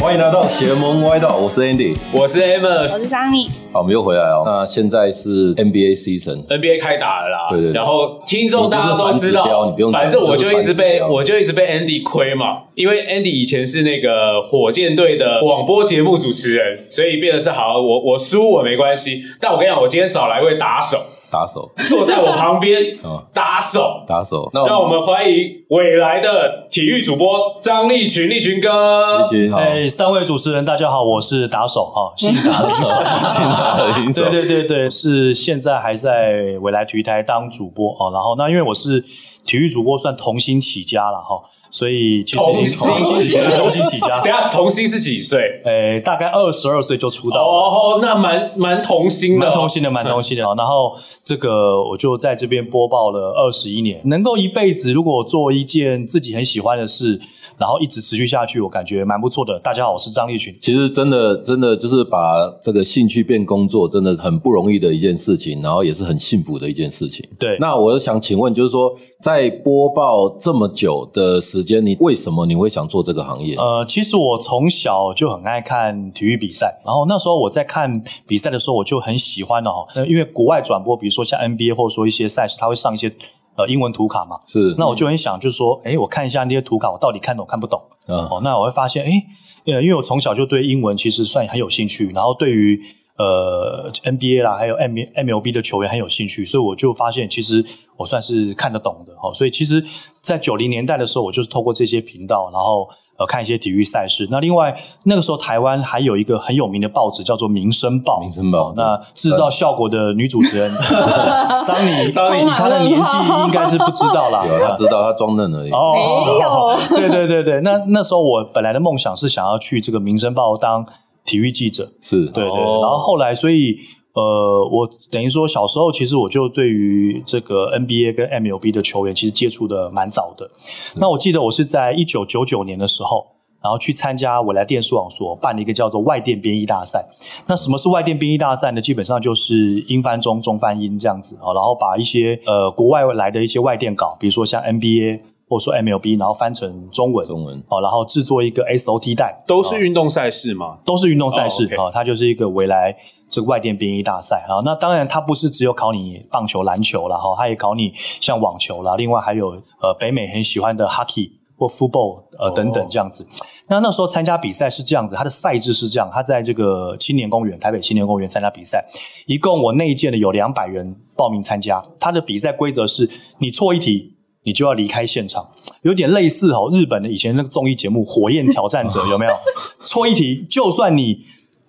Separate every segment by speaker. Speaker 1: 欢迎来到邪门歪道，我是 Andy。
Speaker 2: 我是
Speaker 3: 我是
Speaker 2: Amos。
Speaker 3: 桑尼，
Speaker 1: 好，我们又回来哦。那现在是 NBA season，
Speaker 2: NBA 开打了啦，
Speaker 1: 对对对
Speaker 2: 然后听众大家都知
Speaker 1: 你就是反指标
Speaker 2: 道，
Speaker 1: 你不用讲
Speaker 2: 反正我就
Speaker 1: 就是
Speaker 2: 一直
Speaker 1: 反指
Speaker 2: 被
Speaker 1: 标
Speaker 2: 我就一直被 Andy 亏嘛，因为 Andy 以前是那个火箭队的广播节目主持人，所以变得是好，我我输我没关系，但我跟你讲，我今天找来一位打手
Speaker 1: 打手，
Speaker 2: 坐在我旁边
Speaker 1: 哦，
Speaker 2: 打手，
Speaker 1: 打手。那
Speaker 2: 让
Speaker 1: 我
Speaker 2: 我们欢迎未来的体育主播张立群，立群哥，
Speaker 1: 们继续好，
Speaker 4: 哎，三位主持人，大家好，我是打手哈，新打手，
Speaker 1: 进来了，已经手
Speaker 4: 对对对对，是现在还在未来体育台当主播哦。然后那因为我是体育主播，算童星起家了哈，所以其实
Speaker 2: 童星
Speaker 4: 起 家，童星起家
Speaker 2: 等一，下童星是几岁？
Speaker 4: 哎，大概二十二岁就出道了。
Speaker 2: 哦，那蛮蛮童星的哦，
Speaker 4: 蛮童心的，蛮童心的。然后这个我就在这边播报了二十一年，能够一辈子如果做一件自己很喜欢的事，然后一直持续下去，我感觉蛮不错的。大家好，我是张立群。
Speaker 1: 其实真的真的就是把这个兴趣变工作，真的很不容易的一件事情，然后也是很幸福的一件事情。
Speaker 4: 对
Speaker 1: 那我想请问，就是说，在播报这么久的时间，你为什么你会想做这个行业？
Speaker 4: 呃，其实我从小就很爱看体育比赛，然后那时候我在看比赛的时候，我就很喜欢哦，呃因为国外转播，比如说像 NBA 或者说一些赛事，它会上一些呃英文图卡嘛，
Speaker 1: 是
Speaker 4: 那我就很想，就是说，哎，我看一下那些图卡，我到底看懂看不懂？
Speaker 1: 嗯
Speaker 4: 哦，那我会发现，哎，呃，因为我从小就对英文其实算很有兴趣，然后对于呃 NBA 啦，还有 M MLB 的球员很有兴趣，所以我就发现，其实我算是看得懂的。哦，所以其实，在九零年代的时候，我就是透过这些频道，然后呃看一些体育赛事。那另外那个时候，台湾还有一个很有名的报纸叫做《民生报》，
Speaker 1: 民生报
Speaker 4: 哦那制造效果的女主 持人桑尼，桑
Speaker 3: 充
Speaker 4: 尼，
Speaker 3: 满
Speaker 4: 她的
Speaker 3: 问
Speaker 4: 年纪
Speaker 3: 号
Speaker 4: 应该是不知道啦。
Speaker 1: 有他知道，他装嫩而已。
Speaker 4: 哦，
Speaker 3: 没有
Speaker 4: 对对对对，那那时候我本来的梦想是想要去这个《民生报》当体育记者，
Speaker 1: 是，
Speaker 4: 对对。
Speaker 2: 哦
Speaker 4: 然后后来，所以呃，我等于说小时候其实我就对于这个 NBA 跟 MLB 的球员其实接触的蛮早的。那我记得我是在一九九九年的时候。然后去参加未来电视网所办的一个叫做外电编译大赛。那什么是外电编译大赛呢？基本上就是英翻中，中翻英这样子啊，然后把一些呃国外来的一些外电稿，比如说像 NBA 或者说 MLB，然后翻成中文，
Speaker 1: 中文
Speaker 4: 哦，然后制作一个 SOT 带，
Speaker 2: 都是运动赛事吗？
Speaker 4: 都是运动赛
Speaker 2: 哦
Speaker 4: 事
Speaker 2: ，OK
Speaker 4: 啊，它就是一个未来这个外电编译大赛啊。那当然，它不是只有考你棒球、篮球啦，哈，它也考你像网球啦，另外还有呃北美很喜欢的 hockey 或 football 呃等等这样子。那那时候参加比赛是这样子，它的赛制是这样，它在这个青年公园，台北青年公园参加比赛，一共我那一届呢有两百人报名参加。它的比赛规则是你错一题。你就要离开现场，有点类似哦，日本的以前那个综艺节目《火焰挑战者》有没有？错一题，就算你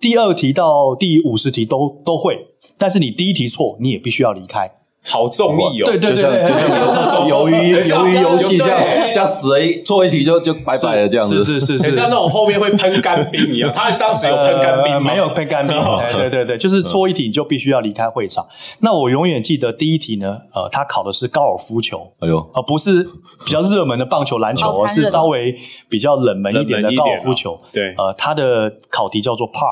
Speaker 4: 第二题到第五十题都都会，但是你第一题错，你也必须要离开。
Speaker 2: 好综艺哦，
Speaker 4: 对对
Speaker 1: 就
Speaker 4: 对
Speaker 1: 像
Speaker 4: 对，
Speaker 1: 就像 鱿鱼 鱿鱼游戏这样，这样死了一做一题就就拜拜了这样子。
Speaker 4: 是是是
Speaker 2: 很
Speaker 4: 是，
Speaker 2: 像那种后面会喷干冰 一样。他当时 有喷干冰吗？哦
Speaker 4: 呃没有喷干 冰，哎对对对，就是错一题你就必须要离开会场。那我永远记得第一题呢，呃，他考的是高尔夫球，
Speaker 1: 哎呦，
Speaker 4: 而不是比较热门的棒球、篮球，
Speaker 3: 哦
Speaker 4: 而是稍微比较冷门一点的
Speaker 2: 冷门一点
Speaker 4: 高
Speaker 2: 啊
Speaker 4: 尔夫球。
Speaker 2: 对
Speaker 4: 呃，它的考题叫做 par，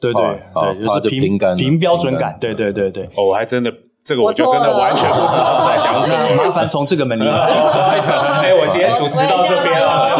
Speaker 4: 对对
Speaker 1: par，啊 par
Speaker 4: 对，就是
Speaker 1: 就平杆
Speaker 4: 平标准
Speaker 1: 平杆
Speaker 4: 感，对对对对。
Speaker 2: 哦，我还真的这个我
Speaker 3: 我
Speaker 2: 就
Speaker 3: 错
Speaker 2: 真的
Speaker 3: 了
Speaker 2: 完全 不知
Speaker 4: 啊
Speaker 2: 道是在讲什么。
Speaker 4: 那麻烦从这个门离开。
Speaker 2: 不 好意思啊哎，我今天主持到这边啊了，谢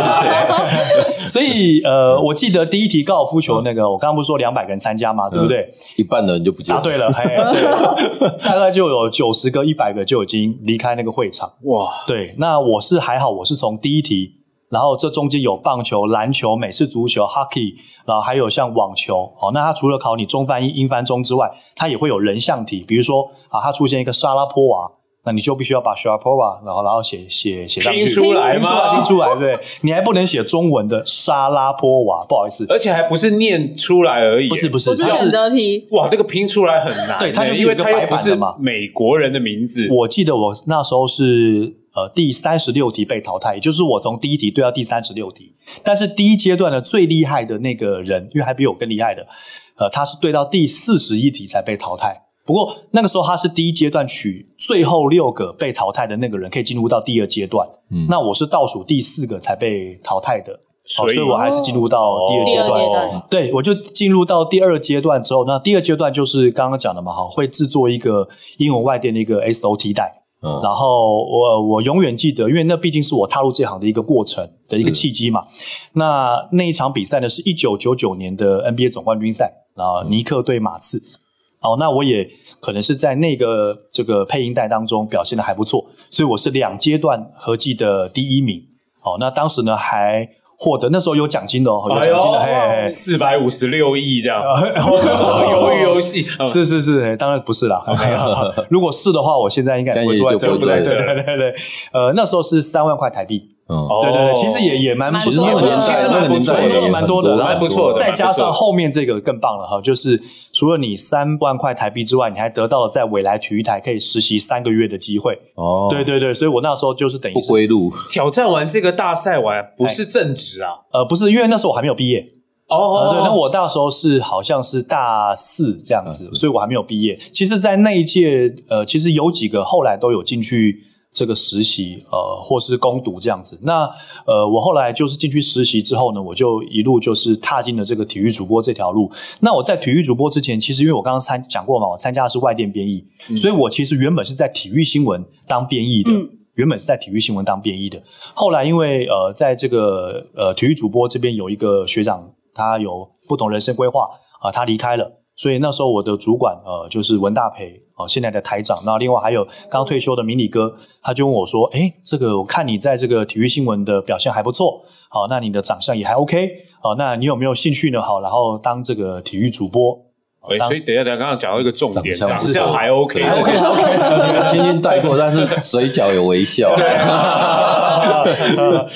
Speaker 2: 谢。
Speaker 4: 所以呃，我记得第一题高尔夫球那个，我刚刚不是说两百个人参加吗？对不对？
Speaker 1: 嗯一半的人就不见
Speaker 4: 答
Speaker 1: 了。
Speaker 4: 对了，嘿，对大概就有九十个、一百个就已经离开那个会场。
Speaker 2: 哇，
Speaker 4: 对，那我是还好，我是从第一题，然后这中间有棒球、篮球、美式足球、hockey，然后还有像网球。哦，那它除了考你中翻英、英翻中之外，它也会有人像题，比如说啊，它出现一个沙拉波娃。那你就必须要把 Sharapova，然后然后写写写上去，
Speaker 2: 拼出来
Speaker 4: 拼出
Speaker 2: 吗
Speaker 4: 来，拼出来，对，你还不能写中文的沙拉波娃，不好意思，
Speaker 2: 而且还不是念出来而已，
Speaker 4: 不是不是，
Speaker 3: 不是
Speaker 4: 它
Speaker 3: 选择题，
Speaker 2: 哇，这个拼出来很难。欸
Speaker 4: 对它就是
Speaker 2: 因为
Speaker 4: 一个
Speaker 2: 它又
Speaker 4: 白
Speaker 2: 不
Speaker 4: 板
Speaker 2: 是
Speaker 4: 的嘛
Speaker 2: 美国人的名字。
Speaker 4: 我记得我那时候是呃第三十六题被淘汰，也就是我从第一题对到第三十六题。但是第一阶段的最厉害的那个人，因为还比我更厉害的，呃，他是对到第四十一题才被淘汰。不过那个时候他是第一阶段取最后六个被淘汰的那个人可以进入到第二阶段，嗯，那我是倒数第四个才被淘汰的，好
Speaker 2: 所以
Speaker 4: 所以我还是进入到第二阶
Speaker 2: 哦
Speaker 3: 第二
Speaker 4: 段。
Speaker 3: 阶段
Speaker 4: 对，我就进入到第二阶段之后，那第二阶段就是刚刚讲的嘛，哈，会制作一个英文外电的一个 SOT 带。
Speaker 1: 嗯
Speaker 4: 然后我我永远记得，因为那毕竟是我踏入这行的一个过程的一个契机嘛。那那一场比赛呢，是一九九九年的 NBA 总冠军赛，然后尼克对马刺。哦，那我也可能是在那个这个配音带当中表现的还不错，所以我是两阶段合计的第一名。哦，那当时呢还获得那时候有奖金的哦，有奖
Speaker 2: 哎
Speaker 4: 金的，嘿嘿
Speaker 2: 呦，四百五十六亿 这 样，
Speaker 4: 鱿
Speaker 2: 鱿鱼游戏
Speaker 1: 哦
Speaker 2: 嗯
Speaker 4: 是是是，嘿当然不是 啦。哎如果是的话，我现在应该也不会坐
Speaker 1: 现在
Speaker 4: 在这
Speaker 1: 也就不会
Speaker 4: 里。
Speaker 2: 坐在
Speaker 4: 对
Speaker 2: 这
Speaker 4: 对对对，呃，那时候是三万块台币。
Speaker 1: 嗯，
Speaker 2: 哦
Speaker 4: 对对对，其实也也蛮不
Speaker 1: 其实
Speaker 4: 错
Speaker 1: 那
Speaker 4: 的
Speaker 1: 个年代
Speaker 2: 其实
Speaker 1: 那
Speaker 2: 蛮
Speaker 1: 个
Speaker 2: 不
Speaker 1: 年
Speaker 2: 错
Speaker 1: 代
Speaker 2: 的
Speaker 1: 也
Speaker 2: 蛮
Speaker 1: 很
Speaker 2: 多
Speaker 1: 多
Speaker 2: 的
Speaker 1: 很
Speaker 2: 蛮不错的
Speaker 4: 再加上后面这个更棒了哈，就是除了你三万块台币之外，你还得到了在未来体育台可以实习三个月的机会。
Speaker 1: 哦，
Speaker 4: 对，对对，所以我那时候就是等于
Speaker 1: 不
Speaker 4: 是
Speaker 1: 归路，
Speaker 2: 挑战完这个大赛完不
Speaker 4: 哎
Speaker 2: 是正职啊，
Speaker 4: 呃，不是因为那时候我还没有毕业，
Speaker 2: 哦
Speaker 4: 啊，
Speaker 2: 哦
Speaker 4: 对，那我那时候是好像是大四这样子，所以我还没有毕业。其实，在那一届，呃，其实有几个后来都有进去这个实习，呃，或是攻读这样子。那呃，我后来就是进去实习之后呢，我就一路就是踏进了这个体育主播这条路。那我在体育主播之前，其实因为我刚刚参讲过嘛，我参加的是外电编译，所以我其实原本是在体育新闻当编译的。
Speaker 3: 嗯
Speaker 4: 原本是在体育新闻当编译的，后来因为呃，在这个呃体育主播这边有一个学长，他有不同人生规划啊、他离开了，所以那时候我的主管呃就是文大培哦、现在的台长，那另外还有刚退休的明理哥，他就问我说，哎，这个我看你在这个体育新闻的表现还不错，好、那你的长相也还 OK，好、那你有没有兴趣呢？好，然后当这个体育主 播，
Speaker 2: 哎，所以等一下，等一下，刚刚讲到一个重点，
Speaker 1: 长
Speaker 2: 长
Speaker 1: 相是哎
Speaker 2: 相还 OK，
Speaker 1: 对
Speaker 2: 这个
Speaker 1: 轻轻带过，但是嘴角有微笑。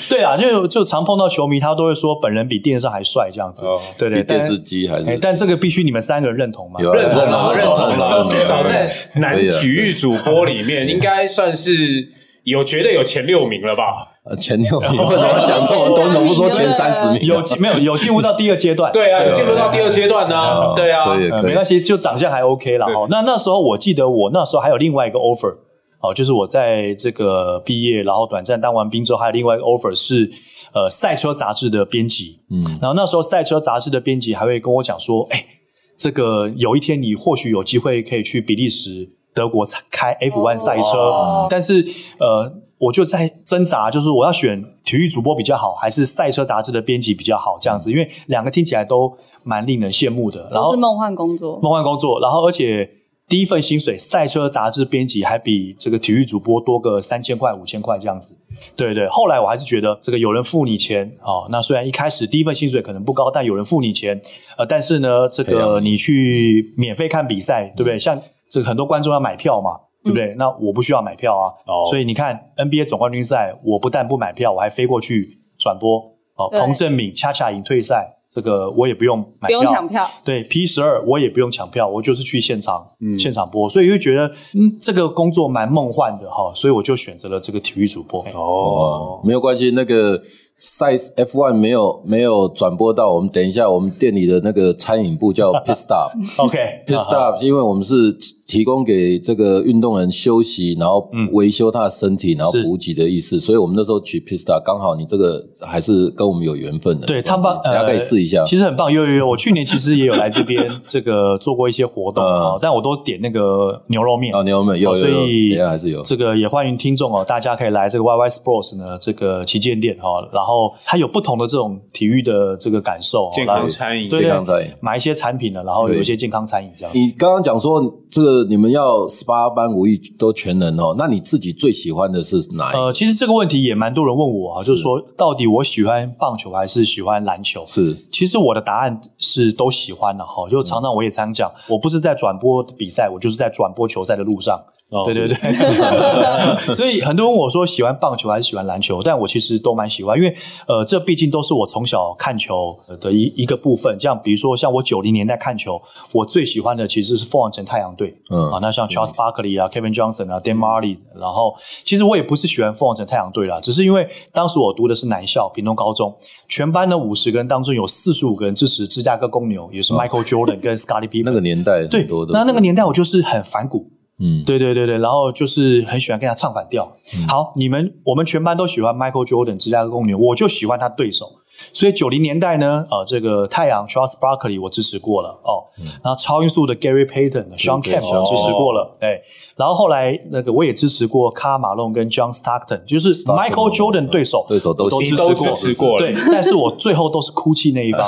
Speaker 4: 对啊，就就常碰到球迷，他都会说本人比电视上还帅这样子，
Speaker 2: 哦
Speaker 4: 对对，
Speaker 1: 比电
Speaker 4: 但
Speaker 1: 视机还
Speaker 4: 哎
Speaker 1: 是，
Speaker 4: 但这个必须你们三个人认同嘛？
Speaker 1: 有啊
Speaker 2: 认同了，认
Speaker 1: 认
Speaker 2: 同
Speaker 1: 同啊
Speaker 2: 了，
Speaker 1: 了
Speaker 2: 至少在男体育主播 里面，应该算是有觉得有前六名了吧？
Speaker 1: 呃前六名为什么讲这么多？我不说前三 十名啊，
Speaker 4: 有进没有有进入到第二阶段？
Speaker 2: 对啊，有进入到第二阶段呢，对啊，
Speaker 1: 可以
Speaker 4: 呃，
Speaker 1: 可
Speaker 4: 没
Speaker 1: 以
Speaker 4: 关。系，就长相还 OK 了
Speaker 2: 对
Speaker 4: 哈。那那时候我记得我那时候还有另外一个 offer，哦，就是我在这个毕业，然后短暂当完兵之后，还有另外一个 offer 是呃赛车杂志的编辑，嗯，然后那时候赛车杂志的编辑还会跟我讲说，哎，这个有一天你或许有机会可以去比利时、德国开 F1 赛车，
Speaker 3: 哦
Speaker 4: 但是呃，我就在挣扎，就是我要选体育主播比较好，还是赛车杂志的编辑比较好这样子，因为两个听起来都蛮令人羡慕的，然
Speaker 3: 都
Speaker 4: 后
Speaker 3: 是梦幻工作，
Speaker 4: 梦幻工作，然后而且第一份薪水，赛车杂志编辑还比这个体育主播多个三千块、五千块这样子。对对，后来我还是觉得这个有人付你钱哦，那虽然一开始第一份薪水可能不高，但有人付你钱，呃，但是呢，这
Speaker 1: 培
Speaker 3: 啊
Speaker 4: 个
Speaker 1: 养
Speaker 4: 你去免费看比赛，对不对？像这个很多观众要买票嘛。对不对？那我不需要买票啊，
Speaker 3: 嗯
Speaker 2: 哦
Speaker 4: 所以你看 NBA 总冠军赛，我不但不买票，我还飞过去转播哦。
Speaker 3: 对
Speaker 4: 彭正敏恰恰赢退赛，这个我也不用买
Speaker 3: 不
Speaker 4: 票，
Speaker 3: 用抢票，
Speaker 4: 对 P 十二我也不用抢票，我就是去现场、
Speaker 1: 嗯
Speaker 4: 现场播，所以就觉得嗯这个工作蛮梦幻的哈，所以我就选择了这个体育主播。
Speaker 1: 哦，没有关系，那个赛 F1 没有没有转播到，我们等一下，我们店里的那个餐饮部叫 Pit Stop。
Speaker 4: OK，
Speaker 1: Pit
Speaker 4: 啊
Speaker 1: Stop，因为我们是提供给这个运动员休息，然后维修他的身体，然后
Speaker 4: 是
Speaker 1: 补给的意思，所以我们那时候取 Pit Stop，刚好你这个还是跟我们有缘分的。
Speaker 4: 对他
Speaker 1: 们
Speaker 4: 帮，
Speaker 1: 大
Speaker 4: 呃
Speaker 1: 家可以试一下。
Speaker 4: 其实很棒。有有有，我去年其实也有来这 边这个做过一些活动啊，但我都点那个牛肉面
Speaker 1: 嗯哦，你有没有？有
Speaker 4: 哦所
Speaker 1: 有有，
Speaker 4: 以
Speaker 1: 等一下还是有。
Speaker 4: 这个也欢迎听众哦，大家可以来这个 YY Sports 呢这个旗舰店哦，然后它有不同的这种体育的这个感受哦，
Speaker 2: 健
Speaker 4: 然
Speaker 2: 康
Speaker 4: 后
Speaker 2: 餐饮，
Speaker 4: 对
Speaker 1: 健康餐饮
Speaker 4: 买一些产品呢，然后有一些健康餐饮这样子。
Speaker 1: 你刚刚讲说这个你们要十八般武艺都全能哦，那你自己最喜欢的是哪一个？
Speaker 4: 呃，其实这个问题也蛮多人问我啊，就是说到底我喜欢棒球还是喜欢篮球？
Speaker 1: 是
Speaker 4: 其实我的答案是都喜欢的哈，就常常我也常讲，我不是在转播比赛，我就是在转播球赛的路上。哦
Speaker 1: 哦
Speaker 4: 对对对， 所以很多人问我说喜欢棒球还是喜欢篮球，但我其实都蛮喜欢，因为呃，这毕竟都是我从小看球的一一个部分。这样，比如说像我九零年代看球，我最喜欢的其实是凤凰城太阳队，
Speaker 1: 嗯
Speaker 4: 啊，那像 Charles Barkley 啊、Kevin Johnson 啊、Dan Marley，然后其实我也不是喜欢凤凰城太阳队啦，只是因为当时我读的是南校屏东高中，全班呢五十个人当中有四十五个人支持芝加哥公牛，也是
Speaker 1: 哦
Speaker 4: Michael Jordan 跟 Scottie Pippen。
Speaker 1: 那个年代
Speaker 4: 对
Speaker 1: 很多，都
Speaker 4: 那那个
Speaker 1: 是
Speaker 4: 年代我就是很反骨。
Speaker 1: 嗯
Speaker 4: 对对对对，然后就是很喜欢跟他唱反调。好，你们我们全班都喜欢 Michael Jordan 芝加哥公牛，我就喜欢他对手。所以九零年代呢，呃，这个太阳 Charles Barkley 我支持过了哦，然后超音速的 Gary Payton、Sean
Speaker 1: 嗯 Payton，哦
Speaker 4: Kemp 我支持过了，哎，然后后来那个我也支持过 Car Malone 跟 John Stockton，就是 Michael Jordan 对手，
Speaker 1: 嗯对手都
Speaker 4: 我都
Speaker 1: 你
Speaker 4: 支
Speaker 2: 都
Speaker 4: 持
Speaker 2: 支持过了
Speaker 4: 对，但是我最后都是哭泣那一 方，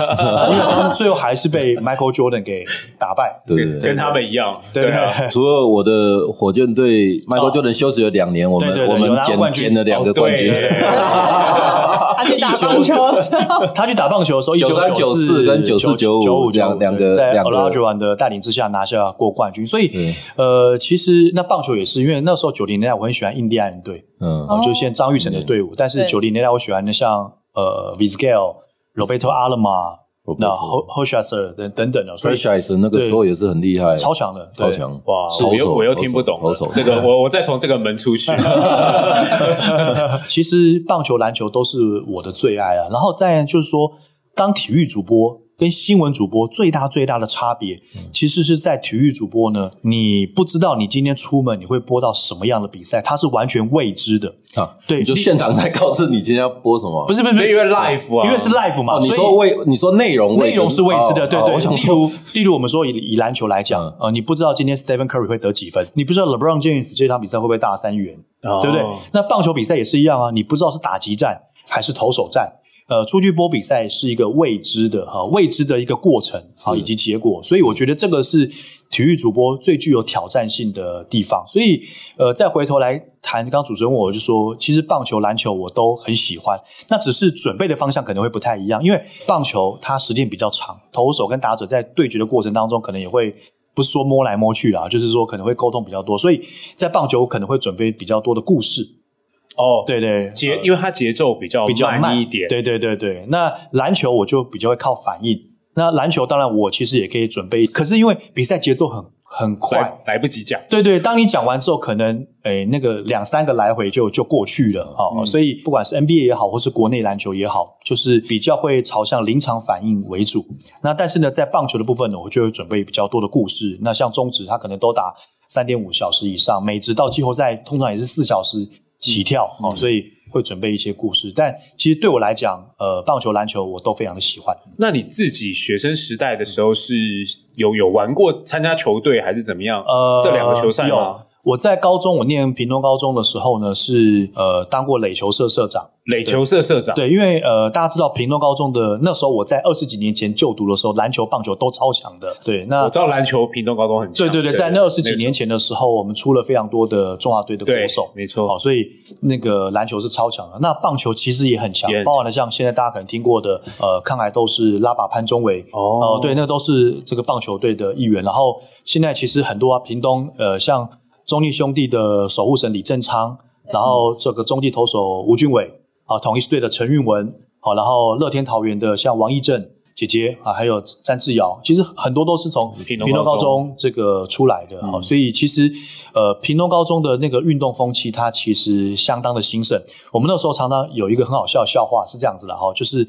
Speaker 4: 因为他们最后还是被 Michael Jordan 给打败，
Speaker 1: 对对
Speaker 2: 跟
Speaker 1: 对。
Speaker 2: 跟他们一样，
Speaker 4: 对
Speaker 2: 对啊。
Speaker 1: 除了我的火箭队，Michael Jordan 休息了两年，我
Speaker 4: 对对
Speaker 1: 们
Speaker 4: 哦对
Speaker 1: 我
Speaker 4: 有
Speaker 1: 们
Speaker 4: 拿
Speaker 1: 捡
Speaker 4: 冠军
Speaker 1: 捡了两个冠军
Speaker 2: 哦，对
Speaker 3: 他去打棒球的时候，
Speaker 4: 他去打棒球的时候，一
Speaker 1: 93 94跟94 95
Speaker 4: 九五
Speaker 1: 两两个
Speaker 4: 在
Speaker 1: 两
Speaker 4: o
Speaker 1: 个
Speaker 4: l a j u a n 的带领之下拿下过冠军。所以
Speaker 1: 对，
Speaker 4: 呃，其实那棒球也是，因为那时候九零年代我很喜欢印第安人队，
Speaker 1: 嗯，
Speaker 4: 呃就现在张玉成的队伍。但是
Speaker 3: 对
Speaker 4: 九零年代我喜欢的像呃 v i s c a l Roberto Alomar、
Speaker 1: Roberto
Speaker 4: 那 h o s h a s e r 等等等的，
Speaker 1: p
Speaker 4: 所
Speaker 1: r
Speaker 4: 以
Speaker 1: e s h i s 那个时候也是很厉害，
Speaker 4: 超强的，
Speaker 1: 超
Speaker 4: 对。
Speaker 1: 强
Speaker 2: 哇，
Speaker 1: 投
Speaker 2: 我又
Speaker 1: 手
Speaker 2: 我又
Speaker 1: 投
Speaker 2: 听
Speaker 1: 手
Speaker 2: 不懂
Speaker 1: 投手
Speaker 2: 这个，我我再从这个门出 去。
Speaker 4: 其实棒球、篮球都是我的最爱啊。然后再来就是说，当体育主播跟新闻主播最大最大的差别，
Speaker 1: 嗯
Speaker 4: 其实是在体育主播呢，你不知道你今天出门你会播到什么样的比赛，它是完全未知的。
Speaker 1: 啊，
Speaker 4: 对
Speaker 1: 你就
Speaker 4: 你
Speaker 1: 现场在告知你今天要播什么，
Speaker 4: 不
Speaker 1: 是？
Speaker 4: 是不是不是，
Speaker 2: 因为 live 啊
Speaker 4: 因为是 live 嘛，
Speaker 1: 哦，你
Speaker 4: 所以
Speaker 1: 说未，你说内容未
Speaker 4: 内容是未知的，
Speaker 1: 哦
Speaker 4: 对
Speaker 1: 哦
Speaker 4: 对。
Speaker 1: 我想
Speaker 4: 例
Speaker 1: 说，嗯
Speaker 4: 如，例如我们说以以篮球来讲，呃，你不知道今天 Stephen Curry 会得几分，你不知道 LeBron James 这场比赛会不会大三元，
Speaker 2: 哦
Speaker 4: 对不对？那棒球比赛也是一样啊，你不知道是打击战还是投手战。呃，出去播比赛是一个未知的哈、未知的一个过程啊，以及结果，所以我觉得这个是体育主播最具有挑战性的地方。所以，呃，再回头来谈，刚刚主持人问我就说，其实棒球、篮球我都很喜欢，那只是准备的方向可能会不太一样，因为棒球它时间比较长，投手跟打者在对决的过程当中，可能也会不是说摸来摸去啦，就是说可能会沟通比较多，所以在棒球我可能会准备比较多的故事，
Speaker 2: 哦，
Speaker 4: 对对，
Speaker 2: 节，因为它节奏比较
Speaker 4: 比较慢
Speaker 2: 一点，
Speaker 4: 对对对对，那篮球我就比较会靠反应。那篮球当然我其实也可以准备，可是因为比赛节奏很很快
Speaker 2: 来，来不及讲。
Speaker 4: 对对，当你讲完之后，可能诶那个两三个来回就就过去了哦，所以不管是 NBA 也好，或是国内篮球也好，就是比较会朝向临场反应为主。那但是呢，在棒球的部分呢，我就会准备比较多的故事。那像中职，它可能都打三点五小时以上，每职到季后赛通常也是四小时起跳、哦，所以会准备一些故事。但其实对我来讲，呃，棒球、篮球我都非常的喜欢。
Speaker 2: 那你自己学生时代的时候是有有玩过参加球队还是怎么样？
Speaker 4: 呃，
Speaker 2: 这两个球赛
Speaker 4: 有
Speaker 2: 吗？。
Speaker 4: 我在高中，我念屏东高中的时候呢，是呃当过垒球社社长。
Speaker 2: 垒球社社长，
Speaker 4: 对，因为呃，大家知道屏东高中的那时候，我在二十几年前就读的时候，篮球、棒球都超强的。对，那
Speaker 2: 哦我知道篮球屏东高中很强。
Speaker 4: 对对对，在那二十几年前的时候，我们出了非常多的中华队的
Speaker 2: 对
Speaker 4: 国手，
Speaker 2: 没错
Speaker 4: 好，所以那个篮球是超强的。那棒球其实也很强
Speaker 2: 也很，强
Speaker 4: 包含了像现在大家可能听过的呃抗癌斗士拉把潘中伟呃
Speaker 2: 哦
Speaker 4: 对，那都是这个棒球队的一员。然后现在其实很多啊，屏东呃像中立兄弟的守护神李正昌，然后这个中继投手吴俊伟啊，统一队的陈运文好，然后乐天桃园的像王义正。姐姐啊，还有詹志尧，其实很多都是从
Speaker 2: 屏
Speaker 4: 屏
Speaker 2: 东
Speaker 4: 东
Speaker 2: 高中嗯
Speaker 4: 高中这个出来的哈、所以其实呃，屏东高中的那个运动风气，它其实相当的兴盛。我们那时候常常有一个很好笑的笑话是这样子的哈、就是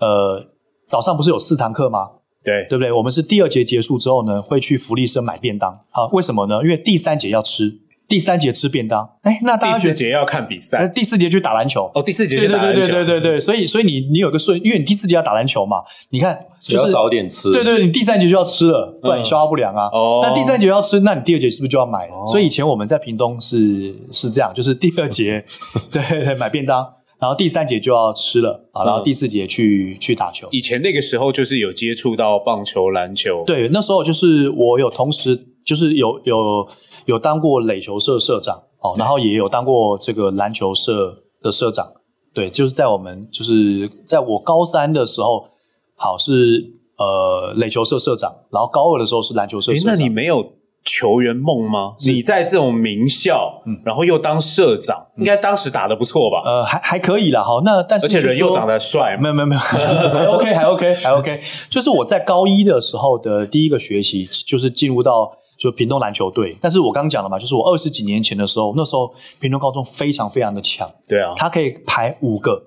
Speaker 4: 呃，早上不是有四堂课吗？
Speaker 2: 对
Speaker 4: 对不对？我们是第二节结束之后呢，会去福利社买便当啊？为什么呢？因为第三节要吃，第三节吃便当。哎，那大
Speaker 2: 第
Speaker 4: 家
Speaker 2: 四
Speaker 4: 觉得
Speaker 2: 节要看比
Speaker 4: 呃
Speaker 2: 赛
Speaker 4: 第四节去打篮球
Speaker 2: 哦，。第四节
Speaker 4: 对
Speaker 2: 就
Speaker 4: 对
Speaker 2: 打篮
Speaker 4: 对
Speaker 2: 球
Speaker 4: 对对对对，所以所以你你有个顺，因为你第四节要打篮球嘛，你看
Speaker 1: 只
Speaker 4: 就
Speaker 1: 要
Speaker 4: 是
Speaker 1: 早点吃，
Speaker 4: 对对，你第三节就要吃了，不然你消化不良啊。
Speaker 2: 哦
Speaker 4: 那第三节要吃，那你第二节是不是就要买了？所以以前我们在屏东是是这样，就是第二节对对买便当，然后第三节就要吃了啊，然后第四节去、去打球。
Speaker 2: 以前那个时候就是有接触到棒球、篮球，
Speaker 4: 对，那时候就是我有同时就是有有有当过垒球社社长哦，然后也有当过这个篮球社的社长。对，就是在我们就是在我高三的时候，好是呃垒球社社长，然后高二的时候是篮球社
Speaker 2: 诶
Speaker 4: 社长。
Speaker 2: 那你没有球员梦吗？你在这种名校，然后又当社长，应该当时打的不错吧？
Speaker 4: 呃还还可以啦，哈，那但是
Speaker 2: 而且
Speaker 4: 就是
Speaker 2: 人又
Speaker 4: 说
Speaker 2: 长得帅，
Speaker 4: 没有没有没有，还 OK 还 OK 还 OK，就是我在高一的时候的第一个学习就是进入到就屏东篮球队，但是我刚讲了嘛，就是我二十几年前的时候，那时候屏东高中非常非常的强，
Speaker 2: 对啊，
Speaker 4: 他可以排五个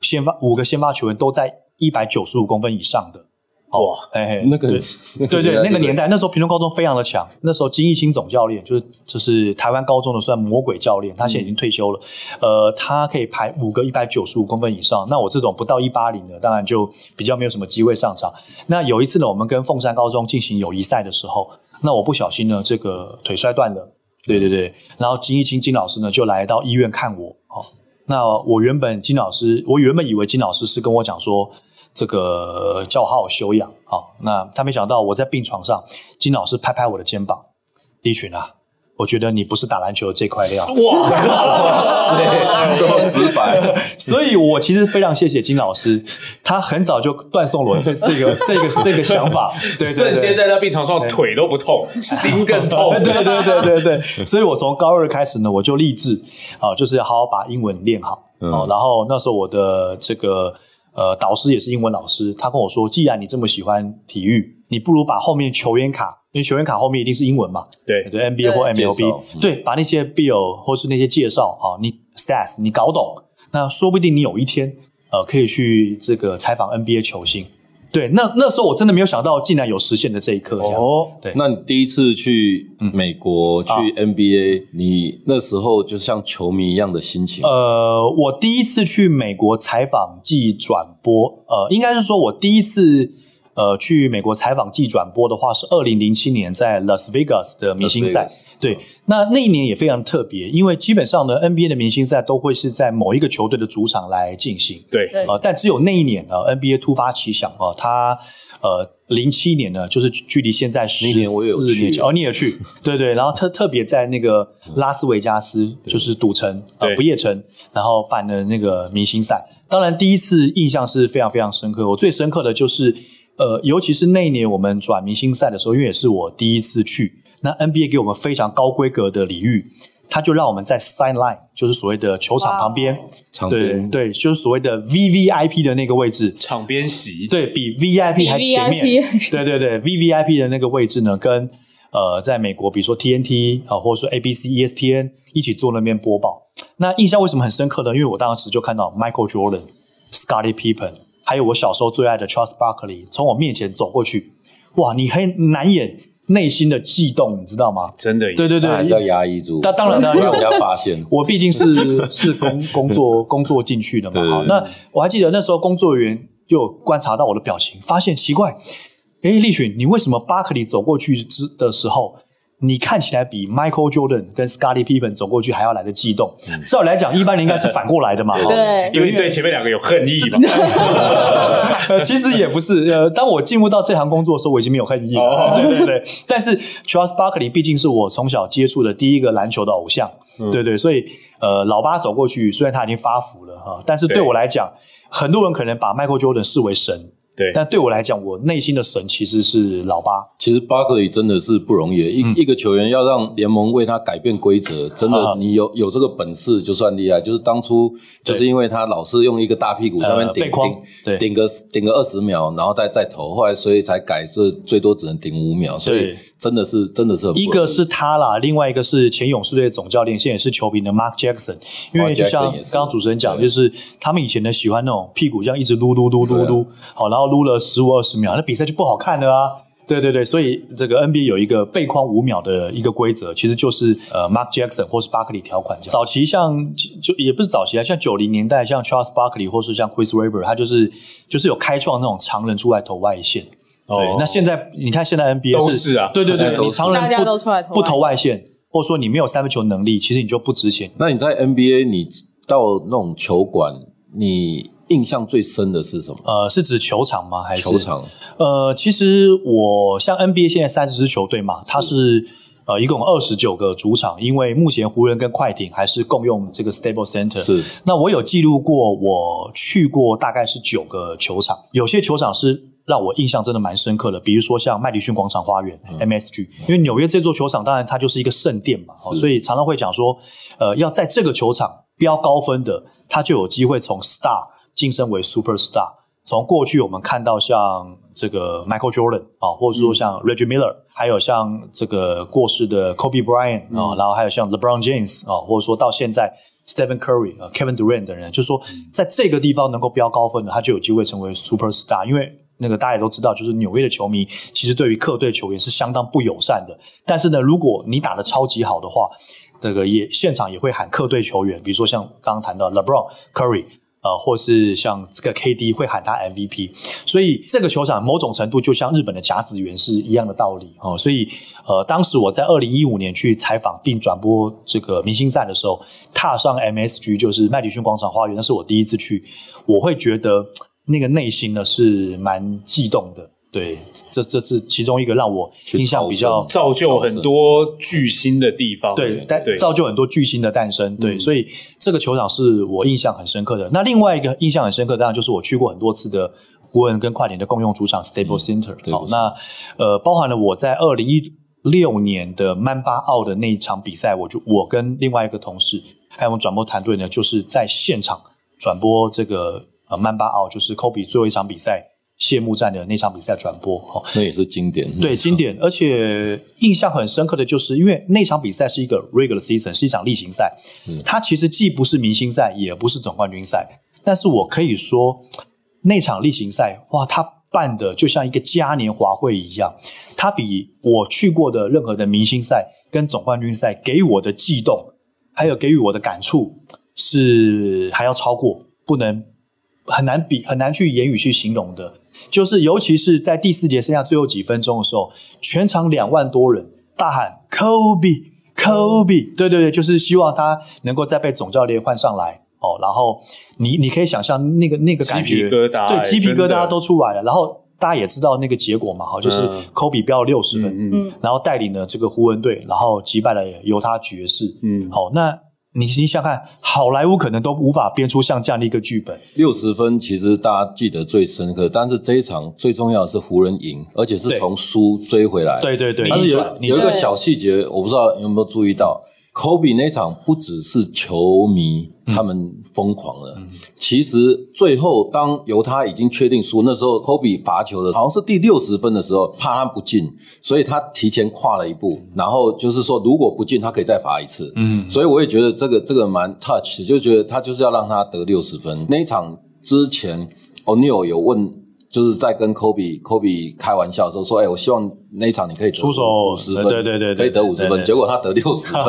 Speaker 4: 先发五个先发球员都在一百九十五公分以上的，哇，嘿嘿，
Speaker 1: 那个
Speaker 4: 对 对啊对，那个年代，那时候平东高中非常的强。那时候金一清总教练就是就是台湾高中的算魔鬼教练，他现在已经退休了。呃，他可以排五个一百九十五公分以上，那我这种不到一八零的，当然就比较没有什么机会上场。那有一次呢，我们跟凤山高中进行友谊赛的时候，那我不小心呢，这个腿摔断了。对对对，然后金一清金老师呢就来到医院看我。哦，那我原本金老师，我原本以为金老师是跟我讲说。这个叫我好好休养啊。那他没想到我在病床上，金老师拍拍我的肩膀，李群啊，我觉得你不是打篮球的这块料。
Speaker 2: 哇塞，
Speaker 1: 这么直白，
Speaker 4: 所以我其实非常谢谢金老师，他很早就断送了我这这个这个这个想法， 对对对
Speaker 2: 瞬间在那病床上腿都不痛，心更痛。
Speaker 4: 对对对对对，所以我从高二开始呢，我就立志啊，就是要好好把英文练好。
Speaker 1: 嗯
Speaker 4: 哦，然后那时候我的这个。呃，导师也是英文老师，他跟我说，既然你这么喜欢体育，你不如把后面球员卡，因为球员卡后面一定是英文嘛，
Speaker 2: 对
Speaker 4: 对，NBA 或
Speaker 1: 介绍嗯
Speaker 4: MLB，对，把那些 bill 或是那些介绍啊，你 stats 你搞懂，那说不定你有一天呃可以去这个采访 NBA 球星。对，那那时候我真的没有想到，竟然有实现的这一刻。这样
Speaker 1: 哦，
Speaker 4: 对，
Speaker 1: 那你第一次去美国、去
Speaker 4: 嗯
Speaker 1: NBA，、你那时候就像球迷一样的心情，
Speaker 4: 呃，我第一次去美国采访暨转播，呃，应该是说我第一次呃去美国采访暨转播的话是二零零七年在 Las Vegas 的明星赛
Speaker 1: Las Vegas。
Speaker 4: 对，那那一年也非常特别，因为基本上呢 NBA 的明星赛都会是在某一个球队的主场来进行。
Speaker 2: 对，
Speaker 3: 对
Speaker 4: 呃，但只有那一年呃 NBA 突发奇想哦、呃，他呃零七年呢，就是距距离现在十
Speaker 1: 那年我也有去啊
Speaker 4: 哦，你也去，对对，然后特特别在那个拉斯维加斯，就是赌城呃
Speaker 2: 对
Speaker 4: 不夜城，然后办的那个明星赛。当然，第一次印象是非常非常深刻。我最深刻的就是，呃，尤其是那一年我们转明星赛的时候，因为也是我第一次去，那 NBA 给我们非常高规格的礼遇，他就让我们在 sideline，就是所谓的球场旁边，
Speaker 1: 场
Speaker 4: 对
Speaker 1: 边
Speaker 4: 对，就是所谓的 VVIP 的那个位置，
Speaker 2: 场边席，
Speaker 4: 对比 VIP 还前面，
Speaker 3: VIP
Speaker 4: 对对对，VVIP 的那个位置呢，跟呃，在美国，比如说 TNT 啊、或者说 ABC、ESPN 一起坐那边播报。那印象为什么很深刻呢？因为我当时就看到 Michael Jordan、Scottie Pippen，还有我小时候最爱的 Charles Barkley 从我面前走过去，哇，你很难掩内心的悸动，你知道吗？
Speaker 2: 真的耶
Speaker 4: 对对对，
Speaker 1: 那还是要压抑住，
Speaker 4: 那当然当然
Speaker 1: 不让人家发现。
Speaker 4: 我毕竟是是工工作工作进去的嘛。
Speaker 1: 对
Speaker 4: 好，那我还记得那时候工作人员就观察到我的表情，发现奇怪，诶，立群，你为什么巴克利走过去之的时候，你看起来比 Michael Jordan 跟 Scottie Pippen 走过去还要来的激动？照理来讲，一般人应该是反过来的嘛。哈
Speaker 3: 对，
Speaker 2: 因为你对前面两个有恨意嘛。
Speaker 4: 呃，其实也不是。呃，当我进入到这行工作的时候，我已经没有恨意了。
Speaker 2: 哦
Speaker 4: 对对对。但是 Charles Barkley 毕竟是我从小接触的第一个篮球的偶像，对对。所以呃，老八走过去，虽然他已经发福了哈，但是对
Speaker 2: 对
Speaker 4: 我来讲，很多人可能把 Michael Jordan 视为神，
Speaker 2: 对
Speaker 4: 但对我来讲，我内心的神其实是老八。
Speaker 1: 其实巴克利真的是不容易，一、一个球员要让联盟为他改变规则，真
Speaker 4: 嗯啊
Speaker 1: 的你有有这个本事就算厉害。就是当初就是因为他老是用一个大屁股在那边
Speaker 4: 呃
Speaker 1: 顶
Speaker 4: 背框对
Speaker 1: 顶顶个顶个二十秒，然后再再投，后来所以才改是最多只能顶五秒，所以
Speaker 4: 对
Speaker 1: 真的是真的是很不容易
Speaker 4: 一个是他啦，另外一个是前勇士队总教练，现在也是球评的 Mark Jackson。因为
Speaker 1: Mark
Speaker 4: 就像
Speaker 1: Jackson
Speaker 4: 刚
Speaker 1: 也是
Speaker 4: 刚主持人讲，
Speaker 1: 对
Speaker 4: 就是他们以前呢喜欢那种屁股这样一直撸撸撸撸撸，好，然后撸了十五二十秒，那比赛就不好看了啊。对对对，所以这个 NBA 有一个背框五秒的一个规则，其实就是呃 Mark Jackson 或是 Barkley 条款这样。早期像就就也不是早期啊，像九零年代像 Charles Barkley 或是像 Chris Webber，他就是就是有开创那种常人出来投外线。对，那现在你看现在 NBA
Speaker 2: 都是啊
Speaker 4: 对对
Speaker 1: 现
Speaker 4: 对
Speaker 1: 在，都
Speaker 4: 你
Speaker 1: 是
Speaker 4: 常人
Speaker 3: 大家
Speaker 4: 不
Speaker 3: 都出来投
Speaker 4: 不
Speaker 3: 外
Speaker 4: 投外线，或者说你没有三分球能力，其实你就不值钱。
Speaker 1: 那你在 NBA 你到那种球馆，你印象最深的是什么？
Speaker 4: 呃，是指球场吗？还是
Speaker 1: 球？场
Speaker 4: 呃，其实我像 NBA 现在三十支球队嘛，它是呃一共二十九个主场，因为目前湖人跟快艇还是共用这个 Stable Center。
Speaker 1: 是
Speaker 4: 那我有记录过，我去过大概是九个球场，有些球场是让我印象真的蛮深刻的，比如说像麦迪逊广场花园
Speaker 1: 嗯
Speaker 4: （MSG），因为纽约这座球场当然它就是一个圣殿嘛，哦所以常常会讲说，呃，要在这个球场标高分的，他就有机会从 star 晋升为 super star。从过去我们看到像这个 Michael Jordan 啊、或者说像 Reggie Miller，还有像这个过世的 Kobe Bryant 啊、然后还有像 LeBron James 啊、或者说到现在 Stephen Curry 啊、Kevin Durant 等人，就是说在这个地方能够飙高分的，他就有机会成为 Super Star，因为那个大家也都知道，就是纽约的球迷其实对于客队球员是相当不友善的。但是呢，如果你打得超级好的话，这个也现场也会喊客队球员，比如说像刚刚谈到 LeBron、Curry，呃，或是像这个 KD 会喊他 MVP。所以这个球场某种程度就像日本的甲子园是一样的道理哦。所以呃，当时我在二零一五年去采访并转播这个明星赛的时候，踏上 MSG 就是麦迪逊广场花园，那是我第一次去，我会觉得那个内心呢是蛮悸动的。对，这这是其中一个让我印象比较
Speaker 2: 造就很多巨星的地方。
Speaker 4: 对，但造就很多巨星的诞生。对，所以这个球场是我印象很深刻的。那另外一个印象很深刻，当然就是我去过很多次的湖人跟快艇的共用主场 Stable Center、
Speaker 1: 对
Speaker 4: 嗯。好，那呃，包含了我在二零一六年的曼巴奥的那一场比赛，我就我跟另外一个同事还有我们转播团队呢，就是在现场转播这个呃曼巴奥，就是科比最后一场比赛。谢幕战的那场比赛转播，哦，
Speaker 1: 那也是经典。
Speaker 4: 对，经典，而且印象很深刻的就是，因为那场比赛是一个 regular season，是一场例行赛，它其实既不是明星赛，也不是总冠军赛，但是我可以说，那场例行赛，哇，它办的就像一个嘉年华会一样，它比我去过的任何的明星赛跟总冠军赛给我的悸动，还有给予我的感触是还要超过，不能很难比，很难去言语去形容的。就是尤其是在第四节剩下最后几分钟的时候，全场两万多人大喊 “Kobe Kobe”，对对对，就是希望他能够再被总教练换上来哦。然后你你可以想象那个那个感
Speaker 2: 鸡
Speaker 4: 觉，
Speaker 2: 皮疙瘩
Speaker 4: 对，
Speaker 2: 哎
Speaker 4: 鸡皮疙
Speaker 2: 真的
Speaker 4: 瘩都出来了。然后大家也知道那个结果嘛，哈，就是
Speaker 2: 嗯
Speaker 4: Kobe 飙六十分，
Speaker 2: 嗯
Speaker 3: 嗯
Speaker 4: 然后带领了这个湖人队，然后击败了犹他爵士。
Speaker 2: 嗯，
Speaker 4: 好，那你你想想看，好莱坞可能都无法编出像这样的一个剧本。
Speaker 1: 六十分其实大家记得最深刻，但是这一场最重要的是湖人赢，而且是
Speaker 4: 对
Speaker 1: 从输追回来。
Speaker 4: 对对对，
Speaker 1: 但是有
Speaker 4: 你
Speaker 1: 有一个
Speaker 3: 对
Speaker 1: 小细节，我不知道有没有注意到，科比那场不只是球迷他们疯狂了，其实最后当犹他已经确定输，那时候科比罚球的好像是第六十分的时候，怕他不进，所以他提前跨了一步，然后就是说如果不进，他可以再罚一次。嗯，所以我也觉得这个这个蛮 touch，的就觉得他就是要让他得六十分。那一场之前，O'Neal 有问。就是在跟科比科比开玩笑的时候说，哎、我希望那一场你可以得
Speaker 4: 出手
Speaker 1: 五十分，
Speaker 4: 对对对对
Speaker 1: 可以得五十
Speaker 4: 对对
Speaker 1: 分，
Speaker 4: 对
Speaker 1: 结果他得六十 分，